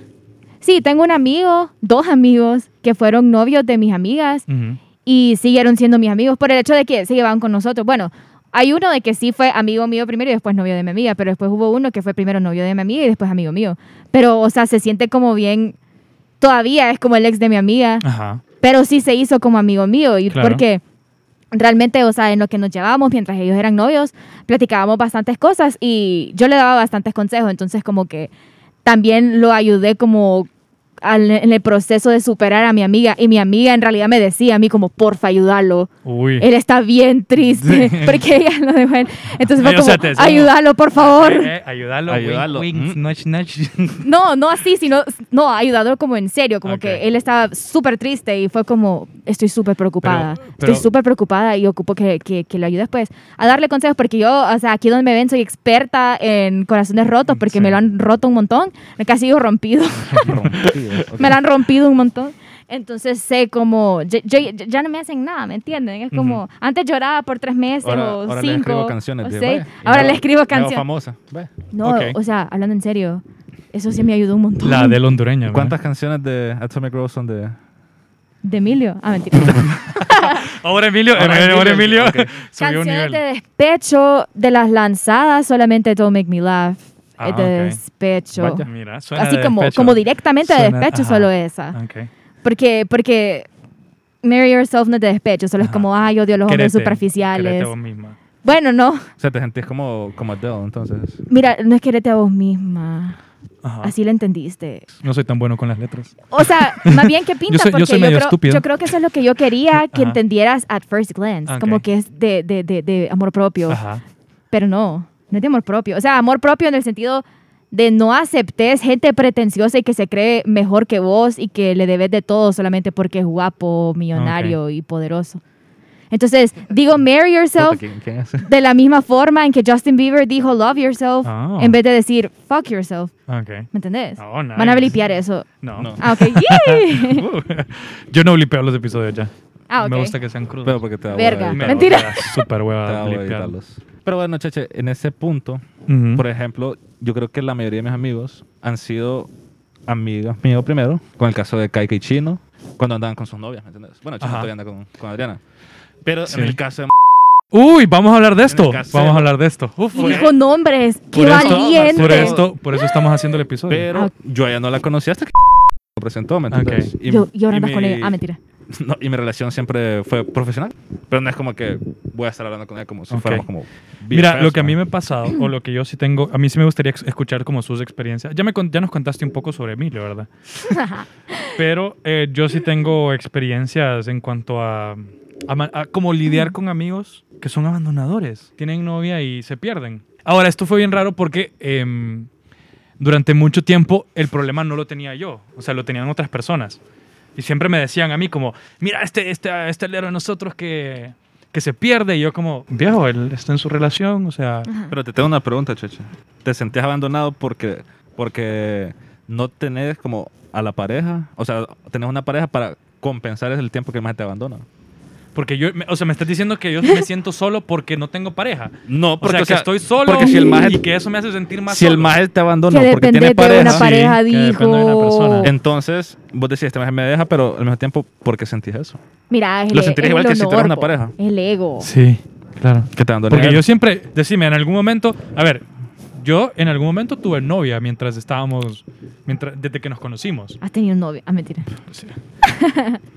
[SPEAKER 3] Sí, tengo un amigo, dos amigos que fueron novios de mis amigas
[SPEAKER 1] Ujú.
[SPEAKER 3] y siguieron siendo mis amigos por el hecho de que se llevaban con nosotros. Bueno, hay uno de que sí fue amigo mío primero y después novio de mi amiga, pero después hubo uno que fue primero novio de mi amiga y después amigo mío. Pero, o sea, se siente como bien. Todavía es como el ex de mi amiga
[SPEAKER 1] Ajá.
[SPEAKER 3] pero sí se hizo como amigo mío y
[SPEAKER 1] Claro.
[SPEAKER 3] porque realmente, o sea, en lo que nos llevábamos mientras ellos eran novios, platicábamos bastantes cosas y yo le daba bastantes consejos, entonces como que también lo ayudé como al- en el proceso de superar a mi amiga y mi amiga en realidad me decía a mí como, porfa, ayúdalo.
[SPEAKER 1] Uy.
[SPEAKER 3] Él está bien triste porque ella lo dejó. en- Entonces fue
[SPEAKER 1] Ay, o
[SPEAKER 3] como,
[SPEAKER 1] sea, te decía como,
[SPEAKER 3] ayúdalo, por favor.
[SPEAKER 1] Eh, eh, ayúdalo.
[SPEAKER 2] Ayúdalo.
[SPEAKER 1] Wink, wink,
[SPEAKER 2] Mm.
[SPEAKER 1] nudge, nudge.
[SPEAKER 3] No, no así, sino, no, ayudador como en serio, como
[SPEAKER 1] Ok.
[SPEAKER 3] que él estaba súper triste y fue como, estoy súper preocupada,
[SPEAKER 1] Pero- pero-
[SPEAKER 3] estoy súper preocupada y ocupo que, que, que lo ayudes pues a darle consejos, porque yo, o sea, aquí donde me ven soy experta en corazones rotos, porque
[SPEAKER 1] Sí.
[SPEAKER 3] me lo han roto un montón, casi digo rompido, me lo han rompido un montón. Entonces sé como, yo- yo- ya no me hacen nada, ¿me entienden? Es como,
[SPEAKER 1] Ujú.
[SPEAKER 3] antes lloraba por tres meses
[SPEAKER 2] Ahora,
[SPEAKER 3] o
[SPEAKER 2] ahora
[SPEAKER 3] cinco.
[SPEAKER 2] le escribo canciones.
[SPEAKER 3] o
[SPEAKER 2] de,
[SPEAKER 3] seis.
[SPEAKER 2] vaya, y
[SPEAKER 3] ahora
[SPEAKER 2] me
[SPEAKER 3] le
[SPEAKER 2] hago-
[SPEAKER 3] escribo
[SPEAKER 2] me hago
[SPEAKER 3] canciones.
[SPEAKER 2] famosa. Vaya.
[SPEAKER 3] No,
[SPEAKER 2] Ok.
[SPEAKER 3] o sea, hablando en serio, eso sí me ayudó un montón.
[SPEAKER 1] La del hondureño. ¿verdad?
[SPEAKER 2] ¿Cuántas canciones de Atomic Rose son de...?
[SPEAKER 3] De Emilio. Ah, mentira.
[SPEAKER 1] Ahora Emilio.
[SPEAKER 2] Ahora
[SPEAKER 1] eh, Ahora Emilio.
[SPEAKER 2] Emilio, ok.
[SPEAKER 1] Subió un
[SPEAKER 3] Canciones
[SPEAKER 1] nivel.
[SPEAKER 3] de despecho de las lanzadas, solamente Don't Make Me Laugh. eh,
[SPEAKER 1] Ah,
[SPEAKER 3] de
[SPEAKER 1] ok.
[SPEAKER 3] despecho.
[SPEAKER 2] Vaya.
[SPEAKER 1] Mira, suena
[SPEAKER 3] Así
[SPEAKER 1] de
[SPEAKER 3] como,
[SPEAKER 1] despecho.
[SPEAKER 3] como directamente de
[SPEAKER 1] Suena-
[SPEAKER 3] despecho,
[SPEAKER 1] ajá.
[SPEAKER 3] solo esa.
[SPEAKER 1] Ok.
[SPEAKER 3] Porque, porque Marry Yourself no es de despecho, solo es
[SPEAKER 1] Ajá.
[SPEAKER 3] como, ay, odio a los
[SPEAKER 1] Querete,
[SPEAKER 3] hombres
[SPEAKER 1] querete
[SPEAKER 3] superficiales.
[SPEAKER 1] vos misma.
[SPEAKER 3] Bueno, no.
[SPEAKER 2] O sea, te sentís como, como Adele, entonces.
[SPEAKER 3] Mira, no es quererte a vos misma.
[SPEAKER 1] Ajá.
[SPEAKER 3] Así la entendiste.
[SPEAKER 1] No soy tan bueno con las letras.
[SPEAKER 3] O sea, más bien que pinta,
[SPEAKER 1] soy- yo
[SPEAKER 3] porque
[SPEAKER 1] soy
[SPEAKER 3] yo,
[SPEAKER 1] medio
[SPEAKER 3] creo,
[SPEAKER 1] estúpido.
[SPEAKER 3] yo creo que eso es lo que yo quería
[SPEAKER 1] Ajá. Ah,
[SPEAKER 3] que entendieras at first glance,
[SPEAKER 1] Ok.
[SPEAKER 3] como que es de, de- de- de amor propio.
[SPEAKER 1] Ajá.
[SPEAKER 3] Pero no, no es de amor propio. O sea, amor propio en el sentido de no aceptes gente pretenciosa y que se cree mejor que vos y que le debes de todo solamente porque es guapo, millonario y poderoso. Entonces, digo marry
[SPEAKER 2] Puta,
[SPEAKER 3] yourself
[SPEAKER 2] ¿quién, quién es?
[SPEAKER 3] de la misma forma en que Justin Bieber dijo love yourself
[SPEAKER 1] Ah.
[SPEAKER 3] en vez de decir fuck yourself.
[SPEAKER 1] Ok.
[SPEAKER 3] ¿Me entendés?
[SPEAKER 1] Oh, nice.
[SPEAKER 3] Van a blipear eso.
[SPEAKER 1] No.
[SPEAKER 2] No.
[SPEAKER 3] Ah, ok. Yay.
[SPEAKER 1] Uh, yo no blipeo los episodios ya.
[SPEAKER 3] Ah, ok.
[SPEAKER 1] Me gusta que sean crudos.
[SPEAKER 2] Pero porque te da hueva
[SPEAKER 3] Verga.
[SPEAKER 2] editarlos.
[SPEAKER 1] Me
[SPEAKER 3] Mentira.
[SPEAKER 1] gusta, Súper
[SPEAKER 2] Te da
[SPEAKER 1] hueva
[SPEAKER 2] hueva
[SPEAKER 1] blipear.
[SPEAKER 2] editarlos. Pero bueno, Cheche, en ese punto,
[SPEAKER 1] Ujú.
[SPEAKER 2] por ejemplo, yo creo que la mayoría de mis amigos han sido amigos míos primero, con el caso de Kaika y Chino, cuando andaban con sus novias, ¿me entiendes? Bueno, Chino
[SPEAKER 1] Ajá.
[SPEAKER 2] todavía anda con, con Adriana. Pero
[SPEAKER 1] Sí.
[SPEAKER 2] en el caso de...
[SPEAKER 1] Uy, vamos a hablar de esto.
[SPEAKER 2] En el casero.
[SPEAKER 1] Vamos a hablar de esto. Uf,
[SPEAKER 3] Y dijo nombres. ¡Qué
[SPEAKER 1] por, esto,
[SPEAKER 3] valiente!
[SPEAKER 1] por, esto, por eso estamos haciendo el episodio.
[SPEAKER 2] Pero
[SPEAKER 3] Ah.
[SPEAKER 2] yo a ella no la conocía hasta que lo presentó, ¿me
[SPEAKER 1] Ok.
[SPEAKER 2] entiendes?
[SPEAKER 3] Yo, y
[SPEAKER 2] y
[SPEAKER 3] ahora andas con
[SPEAKER 2] mi-
[SPEAKER 3] ella. Ah, mentira.
[SPEAKER 2] no, y mi relación siempre fue profesional. Pero no es como que voy a estar hablando con ella como si
[SPEAKER 1] Ok.
[SPEAKER 2] fuéramos como.
[SPEAKER 1] Mira,
[SPEAKER 2] BFFs,
[SPEAKER 1] lo que a mí
[SPEAKER 2] ¿no?
[SPEAKER 1] me ha pasado, o lo que yo sí tengo, a mí sí me gustaría ex- escuchar como sus experiencias. Ya, me, con- ya nos contaste un poco sobre mí, la verdad. Pero eh, yo sí tengo experiencias en cuanto a, a ma- a cómo lidiar con amigos que son abandonadores, tienen novia y se pierden. Ahora, esto fue bien raro porque em, durante mucho tiempo el problema no lo tenía yo, o sea, lo tenían otras personas. Y siempre me decían a mí como, mira, este, este, este alero de nosotros que, que se pierde. Y yo como, viejo, él está en su relación, o sea...
[SPEAKER 2] Pero te tengo una pregunta, Cheche. ¿Te sentías abandonado porque, porque no tenés como a la pareja? O sea, tenés una pareja para compensar el tiempo que más te abandona.
[SPEAKER 1] Porque yo, me- o sea, me estás diciendo que yo me siento solo porque no tengo pareja.
[SPEAKER 2] No,
[SPEAKER 1] O sea, que estoy solo
[SPEAKER 2] Porque si el maje,
[SPEAKER 1] y que eso me hace sentir más
[SPEAKER 2] si el
[SPEAKER 1] solo.
[SPEAKER 2] maje te abandona
[SPEAKER 3] que
[SPEAKER 2] porque tiene
[SPEAKER 3] depende de
[SPEAKER 2] pareja,
[SPEAKER 3] una pareja,
[SPEAKER 1] Sí, que depende de una
[SPEAKER 3] dijo.
[SPEAKER 1] persona.
[SPEAKER 2] entonces vos decís, este maje me deja, pero al mismo tiempo, ¿por qué sentís eso?
[SPEAKER 3] Mira, es
[SPEAKER 2] Lo
[SPEAKER 3] el,
[SPEAKER 2] sentirás
[SPEAKER 3] es
[SPEAKER 2] igual
[SPEAKER 3] el
[SPEAKER 2] que si
[SPEAKER 3] honor,
[SPEAKER 2] tuvieras una
[SPEAKER 3] po.
[SPEAKER 2] pareja.
[SPEAKER 3] Es el ego.
[SPEAKER 1] Sí, claro.
[SPEAKER 2] Que te abandona.
[SPEAKER 1] Porque yo siempre, decime, en algún momento, a ver, yo en algún momento tuve novia mientras estábamos, mientras, desde que nos conocimos.
[SPEAKER 3] Has tenido un novio. Ah, mentira.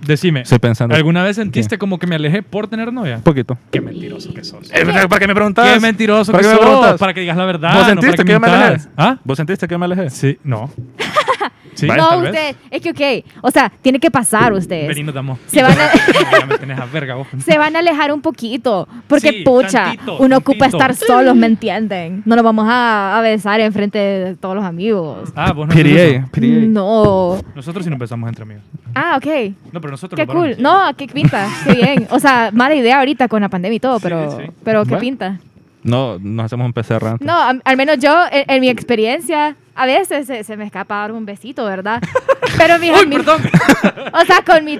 [SPEAKER 1] Decime,
[SPEAKER 2] Estoy pensando
[SPEAKER 1] ¿alguna vez sentiste como que me alejé por tener novia?
[SPEAKER 2] un poquito.
[SPEAKER 1] Qué mentiroso que sos.
[SPEAKER 2] Eh, ¿Para qué me preguntabas?
[SPEAKER 1] Qué mentiroso
[SPEAKER 2] ¿Para
[SPEAKER 1] que
[SPEAKER 2] qué me
[SPEAKER 1] sos.
[SPEAKER 2] preguntas?
[SPEAKER 1] Para que digas la verdad.
[SPEAKER 2] ¿Vos
[SPEAKER 1] no
[SPEAKER 2] sentiste
[SPEAKER 1] para
[SPEAKER 2] que yo me
[SPEAKER 1] mintas.
[SPEAKER 2] alejé?
[SPEAKER 1] ¿Ah?
[SPEAKER 2] ¿Vos sentiste que me alejé?
[SPEAKER 1] Sí, no. Sí,
[SPEAKER 2] Vale,
[SPEAKER 1] tal
[SPEAKER 3] No,
[SPEAKER 1] vez.
[SPEAKER 3] usted. Es que, ok. O sea, tiene que pasar ustedes.
[SPEAKER 1] Vení, nos damos.
[SPEAKER 3] Se van a-
[SPEAKER 1] Ya me tenés a verga, vos.
[SPEAKER 3] Se van a alejar un poquito. Porque,
[SPEAKER 1] Sí,
[SPEAKER 3] pucha,
[SPEAKER 1] tantito,
[SPEAKER 3] uno ocupa
[SPEAKER 1] tantito.
[SPEAKER 3] estar solos, ¿me entienden? No nos vamos a, a besar en frente de todos los amigos.
[SPEAKER 1] Ah, vos no haces eso.
[SPEAKER 2] PDA. PDA.
[SPEAKER 3] No.
[SPEAKER 1] Nosotros sí nos besamos entre amigos.
[SPEAKER 3] Ah, ok.
[SPEAKER 1] No, pero nosotros
[SPEAKER 3] Qué
[SPEAKER 1] los varones.
[SPEAKER 3] cool. No, qué pinta. Qué bien. O sea, mala idea ahorita con la pandemia y
[SPEAKER 1] Sí,
[SPEAKER 3] todo, pero,
[SPEAKER 1] sí.
[SPEAKER 3] pero qué
[SPEAKER 2] Bueno.
[SPEAKER 3] pinta.
[SPEAKER 2] No, nos hacemos un PCR antes.
[SPEAKER 3] No, a- al menos yo, en, en mi experiencia, a veces se, se me escapa dar un besito, ¿verdad? Pero mis amigos. O sea, con mi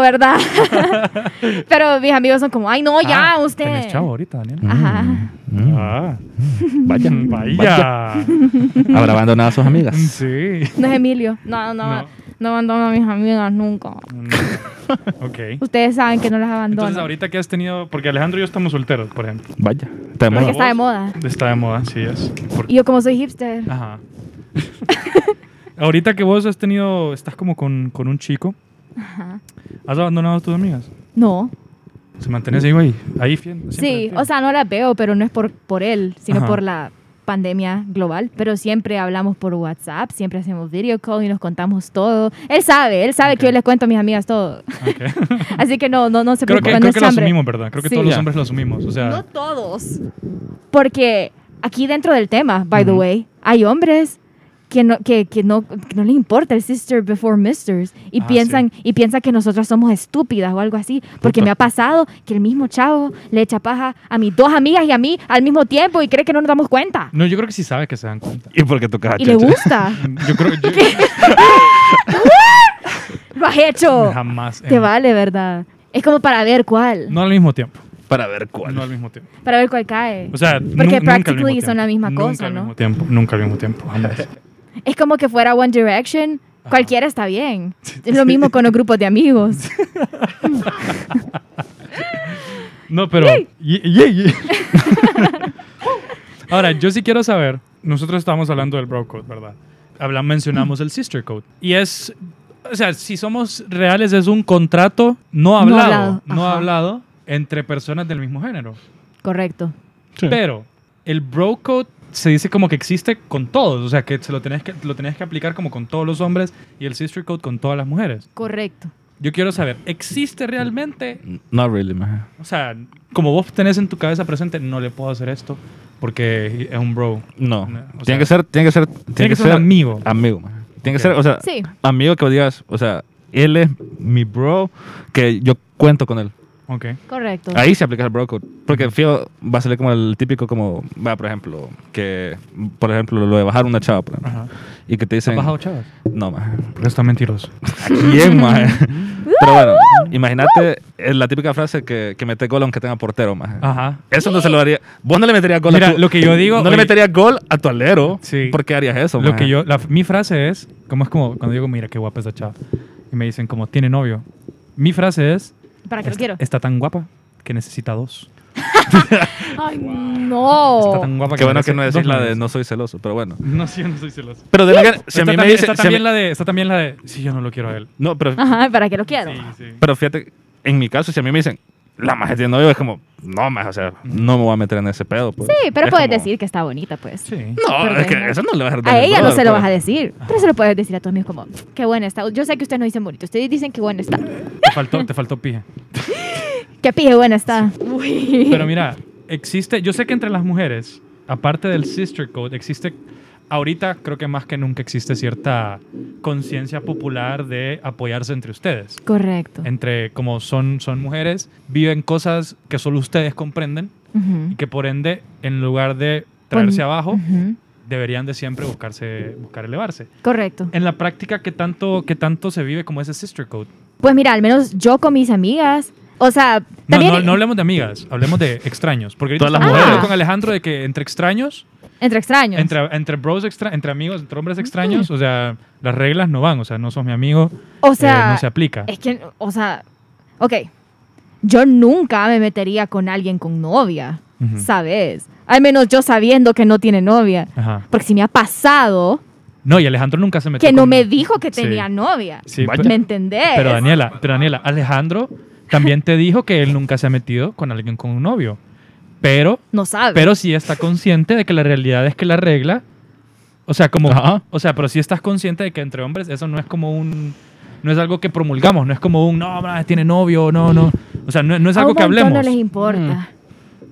[SPEAKER 3] ¿verdad? pero mis amigos son como, ay, no, ya,
[SPEAKER 1] Ah,
[SPEAKER 3] usted.
[SPEAKER 1] Tenés chavo ahorita, Daniel.
[SPEAKER 3] Ajá.
[SPEAKER 2] Mm.
[SPEAKER 1] Ah,
[SPEAKER 2] Vaya.
[SPEAKER 1] vaya.
[SPEAKER 2] Habrá abandonado a sus amigas.
[SPEAKER 1] Sí.
[SPEAKER 3] No es Emilio. No, no,
[SPEAKER 1] No.
[SPEAKER 3] no, abandono a mis amigas nunca.
[SPEAKER 1] Mm, Ok.
[SPEAKER 3] Ustedes saben que no las abandono.
[SPEAKER 1] Entonces, ahorita que has tenido. Porque Alejandro y yo estamos solteros, por ejemplo.
[SPEAKER 2] Vaya. Está de
[SPEAKER 3] Porque
[SPEAKER 2] moda.
[SPEAKER 1] vos-
[SPEAKER 3] está de moda.
[SPEAKER 1] Está de moda, sí es. Por-
[SPEAKER 3] Y yo como soy hipster.
[SPEAKER 1] Ajá. ahorita que vos has tenido. Estás como con, con un chico.
[SPEAKER 3] Ajá.
[SPEAKER 1] ¿Has abandonado a tus amigas?
[SPEAKER 3] No.
[SPEAKER 1] ¿Se mantenés ahí, güey? Ahí, fiel.
[SPEAKER 3] Sí, o sea, no las veo, pero no es por, por él, sino
[SPEAKER 1] Ajá.
[SPEAKER 3] por la pandemia global. Pero siempre hablamos por WhatsApp, siempre hacemos video call y nos contamos todo. Él sabe, él sabe
[SPEAKER 1] Ok.
[SPEAKER 3] que yo les cuento a mis amigas todo.
[SPEAKER 1] Ah,
[SPEAKER 3] Así que no, no, no se
[SPEAKER 1] creo que,
[SPEAKER 3] preocupen, no
[SPEAKER 1] creo
[SPEAKER 3] es
[SPEAKER 1] que lo
[SPEAKER 3] hambre.
[SPEAKER 1] asumimos, ¿verdad? Creo que
[SPEAKER 3] Sí.
[SPEAKER 1] todos los
[SPEAKER 2] Ya.
[SPEAKER 1] hombres lo asumimos. O sea.
[SPEAKER 3] No todos. Porque aquí dentro del tema, by the
[SPEAKER 1] Ujú.
[SPEAKER 3] way, hay hombres que no, que, que no, que no le importa el sister before misters y
[SPEAKER 1] Ah,
[SPEAKER 3] piensan y piensan que nosotras somos estúpidas o algo así. Porque
[SPEAKER 2] Puta.
[SPEAKER 3] me ha pasado que el mismo chavo le echa paja a mis dos amigas y a mí al mismo tiempo y cree que no nos damos cuenta.
[SPEAKER 1] No, yo creo que sí sabe que se dan cuenta.
[SPEAKER 2] ¿Y por qué tocas a
[SPEAKER 3] Y le
[SPEAKER 2] Cheche?
[SPEAKER 3] gusta.
[SPEAKER 1] Yo creo yo
[SPEAKER 3] Lo has hecho.
[SPEAKER 1] jamás.
[SPEAKER 3] Te
[SPEAKER 1] en-
[SPEAKER 3] vale, ¿verdad? Es como para ver cuál.
[SPEAKER 1] em. No al mismo tiempo.
[SPEAKER 2] Para ver cuál.
[SPEAKER 1] No al mismo tiempo.
[SPEAKER 3] Para ver cuál cae.
[SPEAKER 1] O sea, nun- nunca al
[SPEAKER 3] practically
[SPEAKER 1] mismo
[SPEAKER 3] son la
[SPEAKER 1] tiempo.
[SPEAKER 3] misma cosa,
[SPEAKER 1] Nunca
[SPEAKER 3] ¿no?
[SPEAKER 1] al mismo tiempo. Nunca al mismo tiempo. jamás.
[SPEAKER 3] Es como que fuera One Direction. Cualquiera está bien. Es lo mismo con los grupos de amigos.
[SPEAKER 1] No, pero. Ye- ye- ye. Ahora, yo sí quiero saber. Nosotros estábamos hablando del bro code, ¿verdad? Habla, mencionamos
[SPEAKER 3] Mm.
[SPEAKER 1] el sister code. Y es. O sea, si somos reales, es un contrato no hablado.
[SPEAKER 3] hablado,
[SPEAKER 1] No hablado,
[SPEAKER 3] ajá.
[SPEAKER 1] entre personas del mismo género.
[SPEAKER 3] Correcto.
[SPEAKER 2] Sí.
[SPEAKER 1] Pero el bro code se dice como que existe con todos. O sea, que se lo tenés que, lo tenés que aplicar como con todos los hombres y el sister code con todas las mujeres.
[SPEAKER 3] Correcto.
[SPEAKER 1] Yo quiero saber, ¿existe realmente?
[SPEAKER 2] Not really, maje.
[SPEAKER 1] O sea, como vos tenés en tu cabeza presente, no le puedo hacer esto porque es un bro.
[SPEAKER 2] No.
[SPEAKER 1] No, o
[SPEAKER 2] tiene
[SPEAKER 1] sea-
[SPEAKER 2] que ser, tiene que ser, tiene,
[SPEAKER 1] que ser Ah. un amigo.
[SPEAKER 2] Amigo, maje. Tiene
[SPEAKER 1] Ok.
[SPEAKER 2] que ser, o sea,
[SPEAKER 3] Sí.
[SPEAKER 2] amigo que vos digas, o sea, él es mi bro, que yo cuento con él.
[SPEAKER 1] Ok.
[SPEAKER 3] Correcto.
[SPEAKER 2] Ahí se aplica el bro code. Porque fío, va a salir como el típico, como, va, por ejemplo, que, por ejemplo, lo de bajar una chava, por ejemplo,
[SPEAKER 1] Ajá.
[SPEAKER 2] y que
[SPEAKER 1] ¿Se
[SPEAKER 2] te dicen,
[SPEAKER 1] han bajado chavas?
[SPEAKER 2] no, maje.
[SPEAKER 1] Porque está mentiroso.
[SPEAKER 2] ¿Quién, maje? Pero bueno, imagínate eh, la típica frase que, que mete gol aunque tenga portero, maje.
[SPEAKER 1] Ajá.
[SPEAKER 2] Eso no se lo haría. Vos no le meterías gol
[SPEAKER 1] Ah. Mira,
[SPEAKER 2] a tu,
[SPEAKER 1] lo que yo digo,
[SPEAKER 2] No
[SPEAKER 1] oye-
[SPEAKER 2] le meterías gol a tu alero.
[SPEAKER 1] Sí.
[SPEAKER 2] ¿Por qué harías eso,
[SPEAKER 1] Lo
[SPEAKER 2] maje?
[SPEAKER 1] que yo, la- mi frase es, como es como cuando digo, mira qué guapa esa chava. Y me dicen como, tiene novio. Mi frase es,
[SPEAKER 3] ¿Para qué lo
[SPEAKER 1] "Est-
[SPEAKER 3] quiero?
[SPEAKER 1] está tan guapa que necesita dos.
[SPEAKER 3] Ay,
[SPEAKER 1] Está
[SPEAKER 3] no.
[SPEAKER 1] tan guapa
[SPEAKER 2] Qué bueno que
[SPEAKER 1] merece dos
[SPEAKER 2] no decís la de
[SPEAKER 1] millones.
[SPEAKER 2] no soy celoso, pero bueno.
[SPEAKER 1] No, sí, yo no soy celoso.
[SPEAKER 2] Pero de la si a
[SPEAKER 1] está,
[SPEAKER 2] mí me
[SPEAKER 1] también,
[SPEAKER 2] dice...
[SPEAKER 1] está
[SPEAKER 2] si a mí-
[SPEAKER 1] también la de, está también la de, sí, yo no lo quiero a él.
[SPEAKER 2] No, pero,
[SPEAKER 3] Ajá, ¿para qué lo quiero?
[SPEAKER 1] Sí, sí.
[SPEAKER 2] pero fíjate, en mi caso, si a mí me dicen, la magia tiene novio, es como, no, más, o sea, no me voy a meter en ese pedo. pues.
[SPEAKER 3] Sí, pero
[SPEAKER 2] Es
[SPEAKER 3] puedes
[SPEAKER 2] como-
[SPEAKER 3] decir que está bonita, pues.
[SPEAKER 1] Sí.
[SPEAKER 2] No,
[SPEAKER 3] Pero
[SPEAKER 2] es que
[SPEAKER 3] bueno.
[SPEAKER 2] eso no le vas a dar
[SPEAKER 3] A ella no
[SPEAKER 2] dolor,
[SPEAKER 3] se lo
[SPEAKER 2] pues.
[SPEAKER 3] vas a decir, pero se lo puedes decir a tus amigos como, qué buena está. Yo sé que ustedes no dicen bonito, ustedes dicen que buena está.
[SPEAKER 1] Te faltó, te faltó pija.
[SPEAKER 3] Qué pije buena está. Uy.
[SPEAKER 1] Pero mira, existe, yo sé que entre las mujeres, aparte del sister code, existe, ahorita creo que más que nunca existe cierta conciencia popular de apoyarse entre ustedes.
[SPEAKER 3] Correcto.
[SPEAKER 1] Entre como son, son mujeres, viven cosas que solo ustedes comprenden y
[SPEAKER 3] Ujú.
[SPEAKER 1] que por ende, en lugar de traerse
[SPEAKER 3] Pon-
[SPEAKER 1] abajo,
[SPEAKER 3] Ujú.
[SPEAKER 1] deberían de siempre buscarse, buscar elevarse.
[SPEAKER 3] Correcto.
[SPEAKER 1] En la práctica, ¿qué tanto, qué tanto se vive como ese sister code?
[SPEAKER 3] Pues mira, al menos yo con mis amigas, o sea,
[SPEAKER 1] No,
[SPEAKER 3] también
[SPEAKER 1] no, no hablemos de amigas, hablemos de extraños. Porque ahorita
[SPEAKER 2] Todas las
[SPEAKER 1] estamos
[SPEAKER 3] mujeres.
[SPEAKER 1] hablando con Alejandro de que entre extraños
[SPEAKER 3] entre extraños.
[SPEAKER 1] entre, entre bros, extra- entre amigos, entre hombres extraños, o sea, las reglas no van, o sea, no sos mi amigo,
[SPEAKER 3] o
[SPEAKER 1] eh,
[SPEAKER 3] sea,
[SPEAKER 1] no se aplica.
[SPEAKER 3] es que, o sea, ok, yo nunca me metería con alguien con novia,
[SPEAKER 1] Ujú.
[SPEAKER 3] ¿sabes? Al menos yo sabiendo que no tiene novia.
[SPEAKER 1] Ajá.
[SPEAKER 3] Porque si me ha pasado
[SPEAKER 1] No, y Alejandro nunca se metió.
[SPEAKER 3] que no
[SPEAKER 1] con-
[SPEAKER 3] me dijo que
[SPEAKER 1] Sí.
[SPEAKER 3] tenía novia.
[SPEAKER 1] Sí,
[SPEAKER 2] Vaya.
[SPEAKER 3] ¿Me
[SPEAKER 1] pero,
[SPEAKER 3] entendés?
[SPEAKER 1] pero Daniela, pero Daniela, Alejandro también te dijo que él nunca se ha metido con alguien con un novio, pero,
[SPEAKER 3] no sabe.
[SPEAKER 1] pero sí está consciente de que la realidad es que la regla, o sea, como,
[SPEAKER 2] Ajá.
[SPEAKER 1] o sea, pero sí estás consciente de que entre hombres eso no es como un no es algo que promulgamos, no es como un no, ma, tiene novio, no, no. O sea, no, no es
[SPEAKER 3] A
[SPEAKER 1] algo
[SPEAKER 3] un
[SPEAKER 1] que
[SPEAKER 3] montón
[SPEAKER 1] hablemos. Mm,
[SPEAKER 3] no les importa.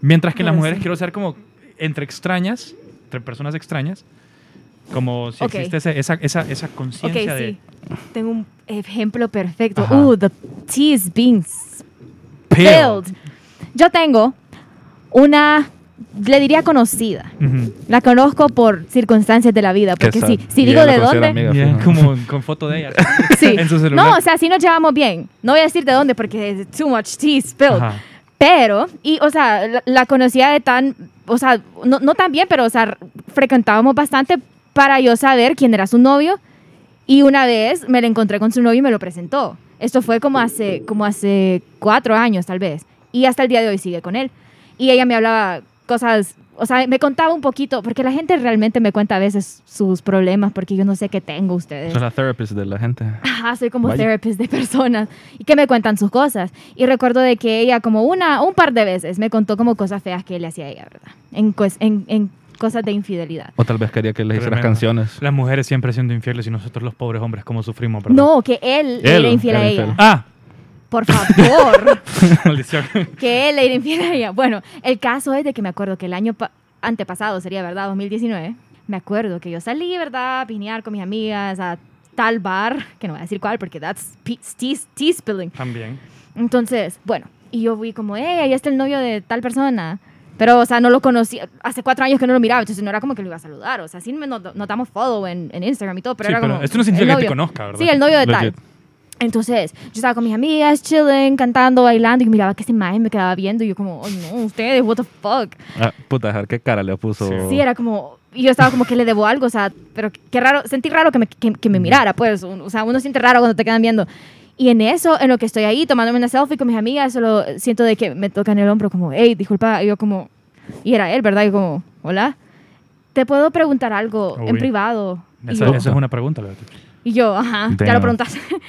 [SPEAKER 1] Mientras que en las
[SPEAKER 3] Puede
[SPEAKER 1] mujeres
[SPEAKER 3] ser.
[SPEAKER 1] quiero ser como entre extrañas, entre personas extrañas, como si
[SPEAKER 3] Ok.
[SPEAKER 1] existe ese- esa, esa, esa
[SPEAKER 3] Ok,
[SPEAKER 1] conciencia de
[SPEAKER 3] sí. Tengo un ejemplo perfecto.
[SPEAKER 1] Ajá.
[SPEAKER 3] Uh, the tea is being
[SPEAKER 1] Pale.
[SPEAKER 3] spilled. Yo tengo una, le diría conocida.
[SPEAKER 1] Ujú.
[SPEAKER 3] La conozco por circunstancias de la vida.
[SPEAKER 2] Qué
[SPEAKER 3] Porque
[SPEAKER 2] sad.
[SPEAKER 3] si, si
[SPEAKER 2] Y
[SPEAKER 3] digo
[SPEAKER 2] ella la
[SPEAKER 3] de
[SPEAKER 2] considera
[SPEAKER 3] dónde,
[SPEAKER 2] Amiga,
[SPEAKER 1] Ya,
[SPEAKER 2] fijo.
[SPEAKER 1] como con foto de ella.
[SPEAKER 3] sí.
[SPEAKER 1] en su celular.
[SPEAKER 3] no, o sea, si nos llevamos bien. No voy a decir de dónde porque it's too much tea spilled.
[SPEAKER 1] Ajá.
[SPEAKER 3] Pero, y, o sea, la, la conocía de tan, o sea, no, no tan bien, pero, o sea, frecuentábamos bastante para yo saber quién era su novio. Y una vez me la encontré con su novio y me lo presentó. Esto fue como hace, como hace cuatro años, tal vez. Y hasta el día de hoy sigue con él. Y ella me hablaba cosas, o sea, me contaba un poquito, porque la gente realmente me cuenta a veces sus problemas, porque yo no sé qué tengo ustedes.
[SPEAKER 2] Son las therapists de la gente.
[SPEAKER 3] Ajá, soy como
[SPEAKER 2] Vaya.
[SPEAKER 3] therapist de personas y que me cuentan sus cosas. Y recuerdo de que ella como una, un par de veces me contó como cosas feas que él le hacía a ella, ¿verdad? En, cos- en, en cosas de infidelidad.
[SPEAKER 2] O tal vez quería que les hicieras
[SPEAKER 1] Tremendo.
[SPEAKER 2] canciones.
[SPEAKER 1] Las mujeres siempre siendo infieles y nosotros los pobres hombres como sufrimos, ¿verdad?
[SPEAKER 3] No, que él, le
[SPEAKER 2] Él
[SPEAKER 3] era infiel
[SPEAKER 2] era
[SPEAKER 3] a ella.
[SPEAKER 2] infiel.
[SPEAKER 1] Ah,
[SPEAKER 3] Por favor,
[SPEAKER 1] maldición.
[SPEAKER 3] que él le era infiel a ella. Bueno, el caso es de que me acuerdo que el año pa- antepasado, sería, ¿verdad? 2019. Me acuerdo que yo salí, ¿verdad? A pinear con mis amigas a tal bar, que no voy a decir cuál porque that's pe- tea tea spilling.
[SPEAKER 1] También.
[SPEAKER 3] Entonces, bueno, y yo fui como, eh, ahí está el novio de tal persona. Pero, o sea, no lo conocía. Hace cuatro años que no lo miraba, entonces no era como que lo iba a saludar. O sea, sí me- nos, nos damos follow en, en Instagram y todo, pero
[SPEAKER 1] Sí,
[SPEAKER 3] era
[SPEAKER 1] pero
[SPEAKER 3] como.
[SPEAKER 1] esto no
[SPEAKER 3] el
[SPEAKER 1] significa que te
[SPEAKER 3] novio.
[SPEAKER 1] conozca, ¿verdad?
[SPEAKER 3] Sí, el novio de tal.
[SPEAKER 2] Legit.
[SPEAKER 3] Entonces, yo estaba con mis amigas, chilling, cantando, bailando, y miraba que ese imagen me quedaba viendo, y yo como, oh no, ustedes, what the fuck.
[SPEAKER 2] Ah, puta, a ver qué cara le puso.
[SPEAKER 1] Sí.
[SPEAKER 3] Sí, era como, y yo estaba como que le debo algo, o sea, pero qué raro, sentí raro que me, que, que me mirara, pues, un- o sea, uno siente raro cuando te quedan viendo. Y en eso, en lo que estoy ahí, tomándome una selfie con mis amigas, solo siento de que me tocan el hombro como, hey, disculpa, y yo como, y era él, ¿verdad? Y como, hola, ¿te puedo preguntar algo en
[SPEAKER 1] Uy.
[SPEAKER 3] privado? Y
[SPEAKER 1] Esa,
[SPEAKER 3] yo,
[SPEAKER 1] esa es una pregunta, la verdad.
[SPEAKER 3] y yo, ajá, ya
[SPEAKER 2] Damn.
[SPEAKER 3] lo preguntaste.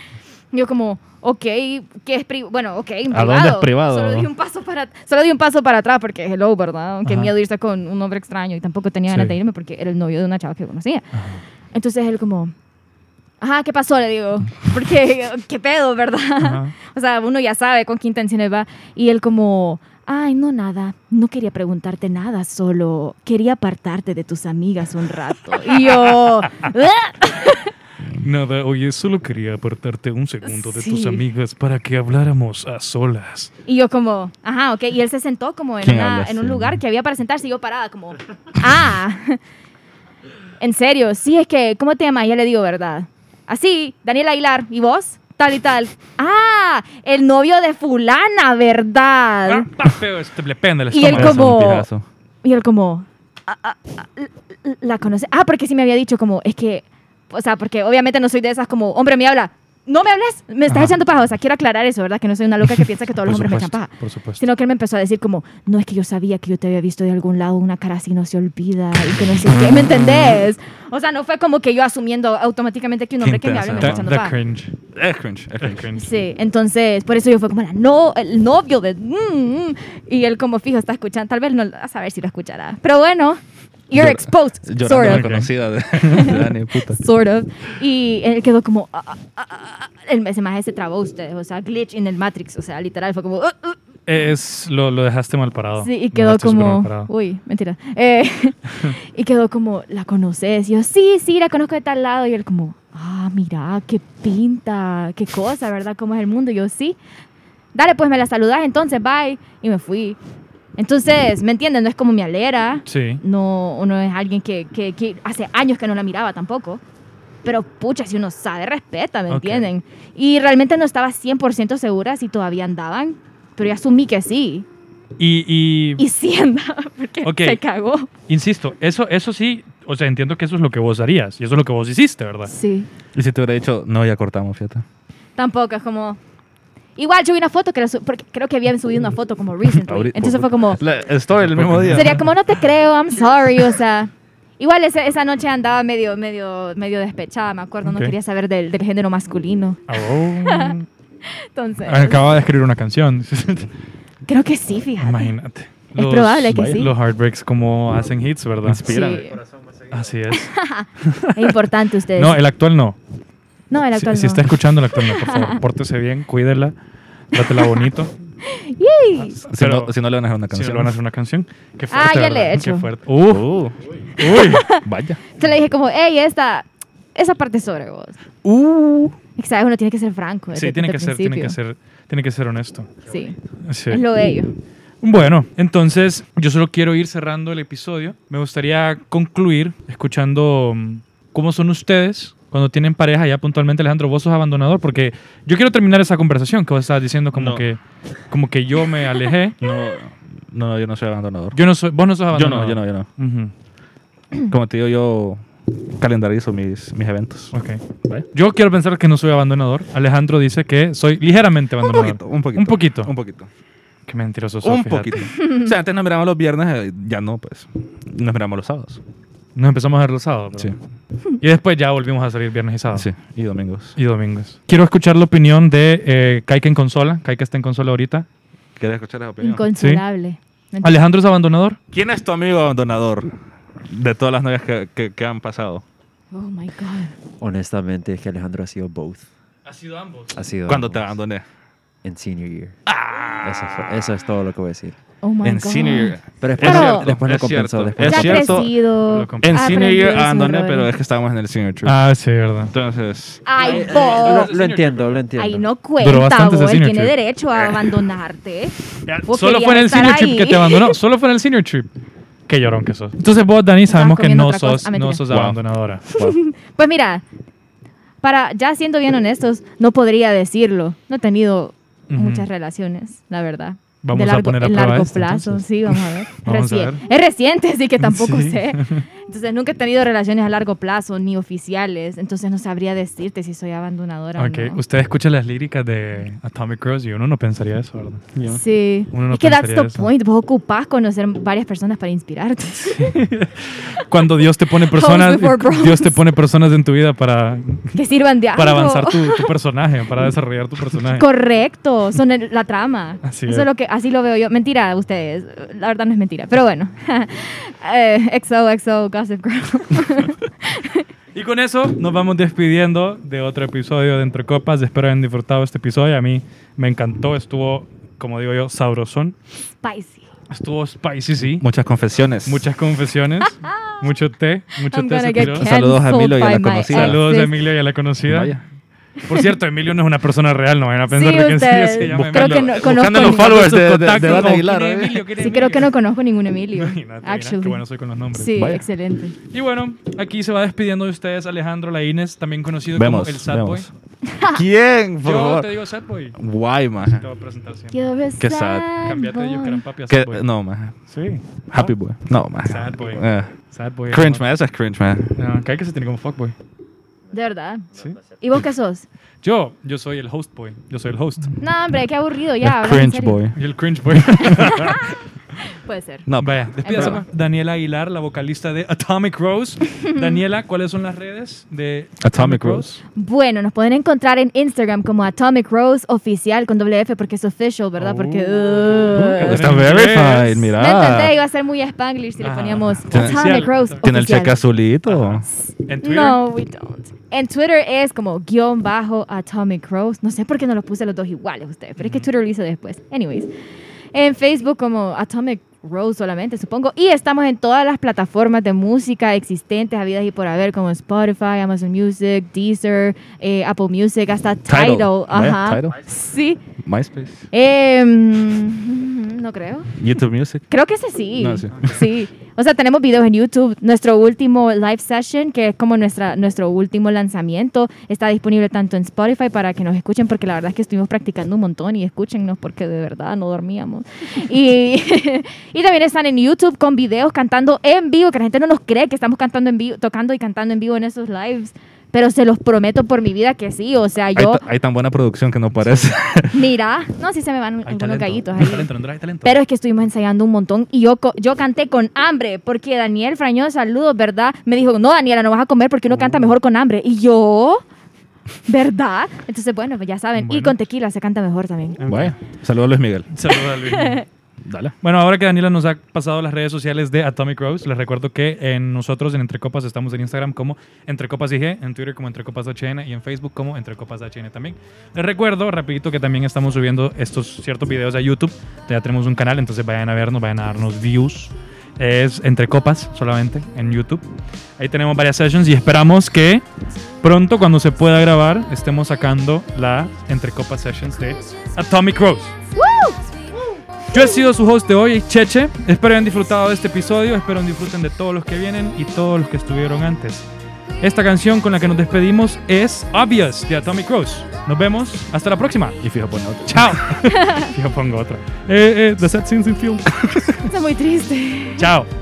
[SPEAKER 3] Y yo como, ok, ¿qué es privado? Bueno, ok, en
[SPEAKER 2] ¿A
[SPEAKER 3] privado.
[SPEAKER 2] dónde es privado?
[SPEAKER 3] Solo di un paso para, solo di un paso para atrás porque hello, ¿verdad? Qué
[SPEAKER 1] Ajá.
[SPEAKER 3] miedo irse con un hombre extraño y tampoco tenía
[SPEAKER 1] Sí.
[SPEAKER 3] ganas de irme porque era el novio de una chava que conocía. Entonces él como, ajá, ¿qué pasó? Le digo, porque qué pedo, ¿verdad?
[SPEAKER 1] Ajá.
[SPEAKER 3] O sea, uno ya sabe con qué intenciones va. Y él como, ay, no nada, no quería preguntarte nada, solo quería apartarte de tus amigas un rato. Y yo, "Ah".
[SPEAKER 1] Nada, oye, solo quería apartarte un segundo de tus
[SPEAKER 3] Sí.
[SPEAKER 1] amigas para que habláramos a solas.
[SPEAKER 3] Y yo como, ajá, ok. Y él se sentó como en,
[SPEAKER 2] ¿Quién
[SPEAKER 3] una-
[SPEAKER 2] habla
[SPEAKER 3] en un
[SPEAKER 2] así?
[SPEAKER 3] lugar que había para sentarse y yo parada como, ah, en serio, sí, es que, ¿cómo te llamas? Ya le digo, ¿verdad? Así, Daniel Aguilar, ¿y vos? Tal y tal. Ah, el novio de fulana,
[SPEAKER 1] Ah,
[SPEAKER 3] ¿verdad?
[SPEAKER 1] Le pende el
[SPEAKER 3] Y él
[SPEAKER 1] estómago.
[SPEAKER 2] Eso,
[SPEAKER 3] como-
[SPEAKER 2] un pijazo.
[SPEAKER 3] Y él como, "Ah, ah, ah, la conoce. Ah, porque sí me había dicho como, es que, o sea, porque obviamente no soy de esas como, hombre, me habla. no me hables, me estás
[SPEAKER 2] Ajá.
[SPEAKER 3] echando paja. O sea, quiero aclarar eso, ¿verdad? Que no soy una loca que piensa que todos los
[SPEAKER 2] Por
[SPEAKER 3] hombres
[SPEAKER 2] supuesto,
[SPEAKER 3] me echan paja.
[SPEAKER 2] Por supuesto.
[SPEAKER 3] Sino que él me empezó a decir como, no es que yo sabía que yo te había visto de algún lado, una cara así no se olvida y que no sé qué,
[SPEAKER 2] Ah.
[SPEAKER 3] ¿me entendés? O sea, no fue como que yo asumiendo automáticamente que un
[SPEAKER 2] Qué
[SPEAKER 3] hombre que me habla
[SPEAKER 2] intensa.
[SPEAKER 3] me
[SPEAKER 1] The,
[SPEAKER 3] está
[SPEAKER 2] Da-
[SPEAKER 1] the
[SPEAKER 3] echando paja.
[SPEAKER 1] cringe.
[SPEAKER 2] Es cringe, es
[SPEAKER 1] The
[SPEAKER 2] cringe.
[SPEAKER 1] cringe.
[SPEAKER 3] Sí, entonces por eso yo fue como la no, el novio de mm, mm. y él como fijo está escuchando, tal vez no a saber si lo escuchará. Pero bueno, you're
[SPEAKER 2] Llora-
[SPEAKER 3] exposed,
[SPEAKER 2] Llorando
[SPEAKER 3] sort
[SPEAKER 2] la
[SPEAKER 3] of,
[SPEAKER 2] conocida de, de Dani, puta.
[SPEAKER 3] sort of. Y él quedó como ah, ah, ah, ah, ah. el ese maje se trabó ustedes, o sea, glitch in el Matrix, o sea, literal fue como "Ah, ah".
[SPEAKER 1] Es, lo, lo dejaste mal parado.
[SPEAKER 3] Sí, y
[SPEAKER 1] Lo
[SPEAKER 3] quedó
[SPEAKER 1] dejaste súper mal
[SPEAKER 3] como,
[SPEAKER 1] parado.
[SPEAKER 3] uy, mentira. Eh, y quedó como, ¿la conoces? Y yo, sí, sí, la conozco de tal lado. Y él como, ah, mira, qué pinta, qué cosa, ¿verdad? ¿Cómo es el mundo? Y yo, sí. Dale, pues me la saludas entonces, bye. Y me fui. Entonces, ¿me entienden? No es como mi alera.
[SPEAKER 1] Sí.
[SPEAKER 3] No, uno es alguien que, que- que hace años que no la miraba tampoco. Pero pucha, si uno sabe, respeta, ¿me
[SPEAKER 1] Ok.
[SPEAKER 3] entienden? Y realmente no estaba 100% segura si todavía andaban. Pero yo asumí que sí.
[SPEAKER 1] Y, y-
[SPEAKER 3] Y sí andaba, porque
[SPEAKER 1] Ok.
[SPEAKER 3] se cagó.
[SPEAKER 1] insisto, eso, eso sí, o sea, entiendo que eso es lo que vos harías y eso es lo que vos hiciste, ¿verdad?
[SPEAKER 3] Sí.
[SPEAKER 2] Y si te hubiera dicho, no, ya cortamos, fíjate.
[SPEAKER 3] Tampoco, es como... Igual yo vi una foto, que la su- porque creo que habían subido una foto como recently.
[SPEAKER 2] Ahorita-
[SPEAKER 3] Entonces fue como... pues,
[SPEAKER 2] La story el mismo día.
[SPEAKER 3] Sería como, no te creo, I'm sorry, o sea... Igual ese- esa noche andaba medio, medio, medio despechada, me acuerdo,
[SPEAKER 1] Ok.
[SPEAKER 3] no quería saber del, del género masculino.
[SPEAKER 1] Oh. Ah,
[SPEAKER 3] Entonces,
[SPEAKER 1] Acaba de escribir una canción.
[SPEAKER 3] creo que sí, fíjate.
[SPEAKER 1] Imagínate.
[SPEAKER 3] Es probable que
[SPEAKER 1] vaya,
[SPEAKER 3] sí.
[SPEAKER 1] Los heartbreaks como hacen hits, ¿verdad?
[SPEAKER 3] Sí,
[SPEAKER 1] Así es.
[SPEAKER 3] es importante ustedes.
[SPEAKER 1] No, el actual no.
[SPEAKER 3] No, el
[SPEAKER 1] Si-
[SPEAKER 3] actual
[SPEAKER 1] si,
[SPEAKER 3] no.
[SPEAKER 1] está escuchando el actual no, por favor, pórtese bien, cuídela, trátela bonito.
[SPEAKER 3] Yay.
[SPEAKER 2] Si,
[SPEAKER 1] Pero-
[SPEAKER 2] no, si no le van a hacer una
[SPEAKER 1] Si
[SPEAKER 2] canción.
[SPEAKER 1] le van a hacer una canción. Qué
[SPEAKER 3] Ah,
[SPEAKER 1] fuerte,
[SPEAKER 3] ya le he
[SPEAKER 1] ¿verdad?
[SPEAKER 3] hecho.
[SPEAKER 1] Qué fuerte. Uh,
[SPEAKER 2] Uh,
[SPEAKER 1] uy.
[SPEAKER 2] vaya.
[SPEAKER 3] Entonces le dije como, hey, esta, esa parte es sobre vos.
[SPEAKER 1] Uh.
[SPEAKER 3] Exacto, uno tiene que ser franco.
[SPEAKER 1] Sí,
[SPEAKER 3] desde-
[SPEAKER 1] tiene que
[SPEAKER 3] desde
[SPEAKER 1] ser,
[SPEAKER 3] el
[SPEAKER 1] tiene que
[SPEAKER 3] principio.
[SPEAKER 1] ser, tiene que ser honesto.
[SPEAKER 3] Sí,
[SPEAKER 1] Sí.
[SPEAKER 3] es lo bello.
[SPEAKER 1] Bueno, entonces yo solo quiero ir cerrando el episodio. Me gustaría concluir escuchando mm, cómo son ustedes cuando tienen pareja. Ya puntualmente, Alejandro, vos sos abandonador porque yo quiero terminar esa conversación que vos estabas diciendo como
[SPEAKER 2] No.
[SPEAKER 1] que, como que yo me alejé.
[SPEAKER 2] No, no, yo no soy abandonador.
[SPEAKER 1] Yo no soy, vos no sos
[SPEAKER 2] Yo no,
[SPEAKER 1] abandonador.
[SPEAKER 2] yo no, yo no.
[SPEAKER 1] Ujú,
[SPEAKER 2] Como te digo, yo calendarizo mis, mis eventos.
[SPEAKER 1] ok.
[SPEAKER 2] Vaya.
[SPEAKER 1] Yo quiero pensar que no soy abandonador. Alejandro dice que soy ligeramente
[SPEAKER 2] Un
[SPEAKER 1] abandonador.
[SPEAKER 2] poquito, un poquito.
[SPEAKER 1] Un poquito.
[SPEAKER 2] Un poquito.
[SPEAKER 1] Qué mentiroso sos,
[SPEAKER 2] Un
[SPEAKER 1] fíjate.
[SPEAKER 2] poquito. O sea, antes nos miramos los viernes, eh, ya no, pues. Nos miramos los sábados.
[SPEAKER 1] Nos empezamos a ver los sábados.
[SPEAKER 2] Sí,
[SPEAKER 1] ¿verdad? Y después ya volvimos a salir viernes y sábado.
[SPEAKER 2] sí. Y domingos.
[SPEAKER 1] Y domingos. Quiero escuchar la opinión de eh, Kaika en consola. Kaika está en consola ahorita.
[SPEAKER 2] ¿Quieres escuchar las opiniones?
[SPEAKER 3] Inconsolable. Mentira.
[SPEAKER 1] Alejandro es abandonador.
[SPEAKER 2] ¿Quién es tu amigo abandonador de todas las novias que, que- que han pasado?
[SPEAKER 3] Oh my God.
[SPEAKER 4] Honestamente, es que Alejandro ha sido both.
[SPEAKER 1] Ha sido ambos.
[SPEAKER 4] Ha sido
[SPEAKER 2] Cuando te Ah.
[SPEAKER 4] ambos
[SPEAKER 2] abandoné.
[SPEAKER 4] En senior year. Eso, fue- eso es todo lo que voy a decir.
[SPEAKER 3] Oh my
[SPEAKER 2] en
[SPEAKER 3] God.
[SPEAKER 2] senior year.
[SPEAKER 4] Pero
[SPEAKER 2] Es
[SPEAKER 4] después, lo-
[SPEAKER 2] cierto,
[SPEAKER 4] después lo
[SPEAKER 2] es
[SPEAKER 4] compensó.
[SPEAKER 2] cierto.
[SPEAKER 4] Después
[SPEAKER 3] ya
[SPEAKER 2] Es
[SPEAKER 4] lo compensó.
[SPEAKER 2] cierto,
[SPEAKER 3] crecido.
[SPEAKER 2] En senior year
[SPEAKER 3] aprendido,
[SPEAKER 2] abandoné,
[SPEAKER 3] errores.
[SPEAKER 2] pero es que estábamos en el senior trip.
[SPEAKER 1] Ah, sí, verdad.
[SPEAKER 2] Entonces,
[SPEAKER 3] Ay,
[SPEAKER 4] Lo,
[SPEAKER 3] vos.
[SPEAKER 4] lo entiendo, lo entiendo.
[SPEAKER 3] Ahí no
[SPEAKER 1] Duró
[SPEAKER 3] cuenta,
[SPEAKER 1] bastante ese
[SPEAKER 3] vos. Él
[SPEAKER 1] senior
[SPEAKER 3] tiene
[SPEAKER 1] trip.
[SPEAKER 3] derecho a abandonarte. Vos
[SPEAKER 1] Solo
[SPEAKER 3] querías
[SPEAKER 1] fue en el
[SPEAKER 3] estar
[SPEAKER 1] senior
[SPEAKER 3] ahí.
[SPEAKER 1] trip que te abandonó. Solo fue en el senior trip. Qué llorón que sos. Entonces vos, Dani, sabemos que
[SPEAKER 3] comiendo
[SPEAKER 1] no
[SPEAKER 3] otra cosa.
[SPEAKER 1] sos,
[SPEAKER 3] Ah,
[SPEAKER 1] no
[SPEAKER 3] mentira.
[SPEAKER 1] sos
[SPEAKER 2] Wow.
[SPEAKER 1] abandonadora.
[SPEAKER 3] Pues mira, para, ya siendo bien honestos, no podría decirlo. No he tenido
[SPEAKER 1] Ujú.
[SPEAKER 3] muchas relaciones, la verdad.
[SPEAKER 1] Vamos
[SPEAKER 3] de
[SPEAKER 1] a
[SPEAKER 3] largo,
[SPEAKER 1] poner a
[SPEAKER 3] en
[SPEAKER 1] prueba
[SPEAKER 3] largo
[SPEAKER 1] esto,
[SPEAKER 3] plazo,
[SPEAKER 1] entonces.
[SPEAKER 3] sí, vamos a ver.
[SPEAKER 1] Vamos a
[SPEAKER 3] Recién.
[SPEAKER 1] ver.
[SPEAKER 3] Es reciente, así que tampoco
[SPEAKER 1] Sí.
[SPEAKER 3] sé. Entonces, nunca he tenido relaciones a largo plazo ni oficiales, entonces no sabría decirte si soy abandonadora
[SPEAKER 1] ok,
[SPEAKER 3] o no.
[SPEAKER 1] usted escucha las líricas de Atomic Cross y uno no pensaría eso, ¿verdad?
[SPEAKER 3] Sí.
[SPEAKER 1] Uno no
[SPEAKER 3] es que that's the
[SPEAKER 1] pensaría eso.
[SPEAKER 3] point. Vos ocupás conocer varias personas para inspirarte.
[SPEAKER 1] Cuando Dios te pone personas,
[SPEAKER 3] before bros.
[SPEAKER 1] Dios te pone personas en tu vida para,
[SPEAKER 3] que sirvan de algo.
[SPEAKER 1] para avanzar tu, tu personaje, para desarrollar tu personaje.
[SPEAKER 3] Correcto, son el- la trama.
[SPEAKER 1] Así
[SPEAKER 3] Eso
[SPEAKER 1] es.
[SPEAKER 3] es lo que así lo veo yo. Mentira, ustedes. La verdad no es mentira, pero bueno. eh, XO, XO, Gossip Girl.
[SPEAKER 1] Y con eso nos vamos despidiendo de otro episodio de Entre Copas. Espero hayan disfrutado este episodio. A mí me encantó, estuvo, como digo yo, sabrosón.
[SPEAKER 3] Spicy.
[SPEAKER 1] Estuvo spicy, sí.
[SPEAKER 2] muchas confesiones.
[SPEAKER 1] Muchas confesiones, mucho té, mucho
[SPEAKER 3] I'm
[SPEAKER 1] té se
[SPEAKER 3] gonna get
[SPEAKER 1] tiró.
[SPEAKER 2] ca- Saludos a
[SPEAKER 3] canceled
[SPEAKER 2] Milo y a la
[SPEAKER 3] by my
[SPEAKER 2] conocida.
[SPEAKER 1] Saludos a
[SPEAKER 3] exes.
[SPEAKER 1] Emilio y a la conocida.
[SPEAKER 2] Vaya.
[SPEAKER 1] Por cierto, Emilio no es una persona real, no vayan a pensar
[SPEAKER 3] Sí,
[SPEAKER 1] de que en serio
[SPEAKER 3] ustedes.
[SPEAKER 1] se llama
[SPEAKER 3] Creo que
[SPEAKER 1] Emilio.
[SPEAKER 3] no
[SPEAKER 2] Buscando
[SPEAKER 3] conozco.
[SPEAKER 2] los
[SPEAKER 3] ningún-
[SPEAKER 2] followers de,
[SPEAKER 1] Sus
[SPEAKER 2] de- de
[SPEAKER 1] contactos,
[SPEAKER 2] Dani
[SPEAKER 1] como,
[SPEAKER 2] Aguilar.
[SPEAKER 1] ¿quién es
[SPEAKER 2] eh?
[SPEAKER 1] Emilio? ¿Quién es
[SPEAKER 3] Sí, creo que
[SPEAKER 1] Emilio?
[SPEAKER 3] no conozco ningún Emilio.
[SPEAKER 1] Imagínate, mira,
[SPEAKER 3] actually.
[SPEAKER 1] qué bueno soy con los nombres.
[SPEAKER 3] Sí,
[SPEAKER 2] Vaya.
[SPEAKER 3] excelente.
[SPEAKER 1] Y bueno, aquí se va despidiendo de ustedes Alejandro Laínez, también conocido
[SPEAKER 2] Vemos,
[SPEAKER 1] como el Sad Boy.
[SPEAKER 2] vemos. ¿Quién? Por
[SPEAKER 1] Yo
[SPEAKER 2] favor.
[SPEAKER 1] te digo Sad Boy.
[SPEAKER 2] Guay,
[SPEAKER 1] Te
[SPEAKER 2] maje.
[SPEAKER 1] voy a presentar siempre.
[SPEAKER 3] Quiero ver
[SPEAKER 2] Qué sad.
[SPEAKER 3] sad
[SPEAKER 1] Cambiate de
[SPEAKER 3] boy.
[SPEAKER 1] Yo Gran Papi a
[SPEAKER 2] Que-
[SPEAKER 1] Sad Boy.
[SPEAKER 2] No, maje.
[SPEAKER 1] Sí.
[SPEAKER 2] Happy boy. No, maje.
[SPEAKER 1] Sad boy.
[SPEAKER 2] Eh,
[SPEAKER 1] Sad Boy.
[SPEAKER 2] Cringe, maje. Eso es cringe, maje.
[SPEAKER 1] No, que hay que se tiene como fuckboy.
[SPEAKER 3] De verdad.
[SPEAKER 2] Sí.
[SPEAKER 3] ¿Y vos qué sos?
[SPEAKER 1] Yo, yo soy el host boy. Yo soy el host.
[SPEAKER 3] No, hombre, qué aburrido ya.
[SPEAKER 2] El
[SPEAKER 3] habla en
[SPEAKER 2] cringe
[SPEAKER 3] serio.
[SPEAKER 2] boy.
[SPEAKER 1] Y el cringe boy.
[SPEAKER 3] Puede ser.
[SPEAKER 2] No,
[SPEAKER 1] Vaya, despídase.
[SPEAKER 3] broma.
[SPEAKER 1] Daniela Aguilar, la vocalista de Atomic Rose. Daniela, ¿cuáles son las redes de
[SPEAKER 2] Atomic Rose.
[SPEAKER 3] Bueno, nos pueden encontrar en Instagram como Atomic Rose Oficial con doble F porque es official, ¿verdad?
[SPEAKER 1] Oh.
[SPEAKER 3] Porque.
[SPEAKER 1] Qué
[SPEAKER 3] uh,
[SPEAKER 2] Está
[SPEAKER 1] en
[SPEAKER 2] verified,
[SPEAKER 1] inglés.
[SPEAKER 3] no entendé,
[SPEAKER 2] mira.
[SPEAKER 3] iba a ser muy spanglish si le
[SPEAKER 1] Ajá.
[SPEAKER 3] poníamos
[SPEAKER 2] Tiene-
[SPEAKER 3] Atomic Rose
[SPEAKER 1] Tiene
[SPEAKER 2] Tiene el
[SPEAKER 3] Oficial.
[SPEAKER 2] cheque azulito.
[SPEAKER 1] En Twitter.
[SPEAKER 3] No, we don't. En Twitter es como guión bajo Atomic Rose. No sé por qué no los puse los dos iguales ustedes, pero es que Twitter lo hizo después. Anyways, en Facebook como Atomic Rose solamente, supongo. Y estamos en todas las plataformas de música existentes, habidas y por haber, como Spotify, Amazon Music, Deezer, eh, Apple Music, hasta Tidal.
[SPEAKER 2] Tidal. Vaya,
[SPEAKER 3] Ajá.
[SPEAKER 2] Tidal.
[SPEAKER 3] Sí.
[SPEAKER 2] MySpace.
[SPEAKER 3] Em, no creo.
[SPEAKER 2] YouTube Music.
[SPEAKER 3] Creo que ese sí.
[SPEAKER 2] No, sí.
[SPEAKER 3] sí. O sea, tenemos videos en YouTube. Nuestro último live session, que es como nuestra, nuestro último lanzamiento, está disponible tanto en Spotify para que nos escuchen, porque la verdad es que estuvimos practicando un montón y escúchennos porque de verdad no dormíamos. Y, y también están en YouTube con videos cantando en vivo, que la gente no nos cree que estamos cantando en vivo, tocando y cantando en vivo en esos lives. Pero se los prometo por mi vida que sí. O sea,
[SPEAKER 2] Hay,
[SPEAKER 3] yo,
[SPEAKER 2] ta- hay tan buena producción que no parece.
[SPEAKER 3] mira, no, sí se me van
[SPEAKER 1] Hay
[SPEAKER 3] algunos
[SPEAKER 1] talento.
[SPEAKER 3] gallitos
[SPEAKER 1] Hay
[SPEAKER 3] ahí.
[SPEAKER 1] talento, Andrea, hay talento.
[SPEAKER 3] Pero es que estuvimos ensayando un montón y yo, co- yo canté con hambre, porque Daniel Frañón, saludos, ¿verdad? Me dijo, no, Daniela, no vas a comer porque uno canta mejor con hambre. Y yo, ¿verdad? Entonces, bueno, pues ya saben. Y
[SPEAKER 1] Bueno.
[SPEAKER 3] con tequila se canta mejor también.
[SPEAKER 2] Vaya. Saludos a Luis Miguel.
[SPEAKER 1] Saludos a Luis.
[SPEAKER 2] Dale.
[SPEAKER 1] Bueno, ahora que Daniela nos ha pasado las redes sociales de Atomic Rose, les recuerdo que en nosotros en Entre Copas estamos en Instagram como Entre Copas IG, en Twitter como Entre Copas HN y en Facebook como Entre Copas HN también. Les recuerdo, rapidito, que también estamos subiendo estos ciertos videos a YouTube. Ya tenemos un canal, entonces vayan a vernos, vayan a darnos views. Es Entre Copas solamente en YouTube. Ahí tenemos varias sessions y esperamos que pronto, cuando se pueda grabar, estemos sacando la Entre Copas Sessions de Atomic Rose. Yo he sido su host de hoy, Cheche. Espero hayan disfrutado de este episodio, espero disfruten de todos los que vienen y todos los que estuvieron antes. Esta canción con la que nos despedimos es Obvious de Atomic Rose. Nos vemos, hasta la próxima.
[SPEAKER 2] Y fijo, pone otro.
[SPEAKER 1] Chao. Yo pongo otra. Eh, eh, the set scenes in film.
[SPEAKER 3] Eso es muy triste.
[SPEAKER 1] Chao.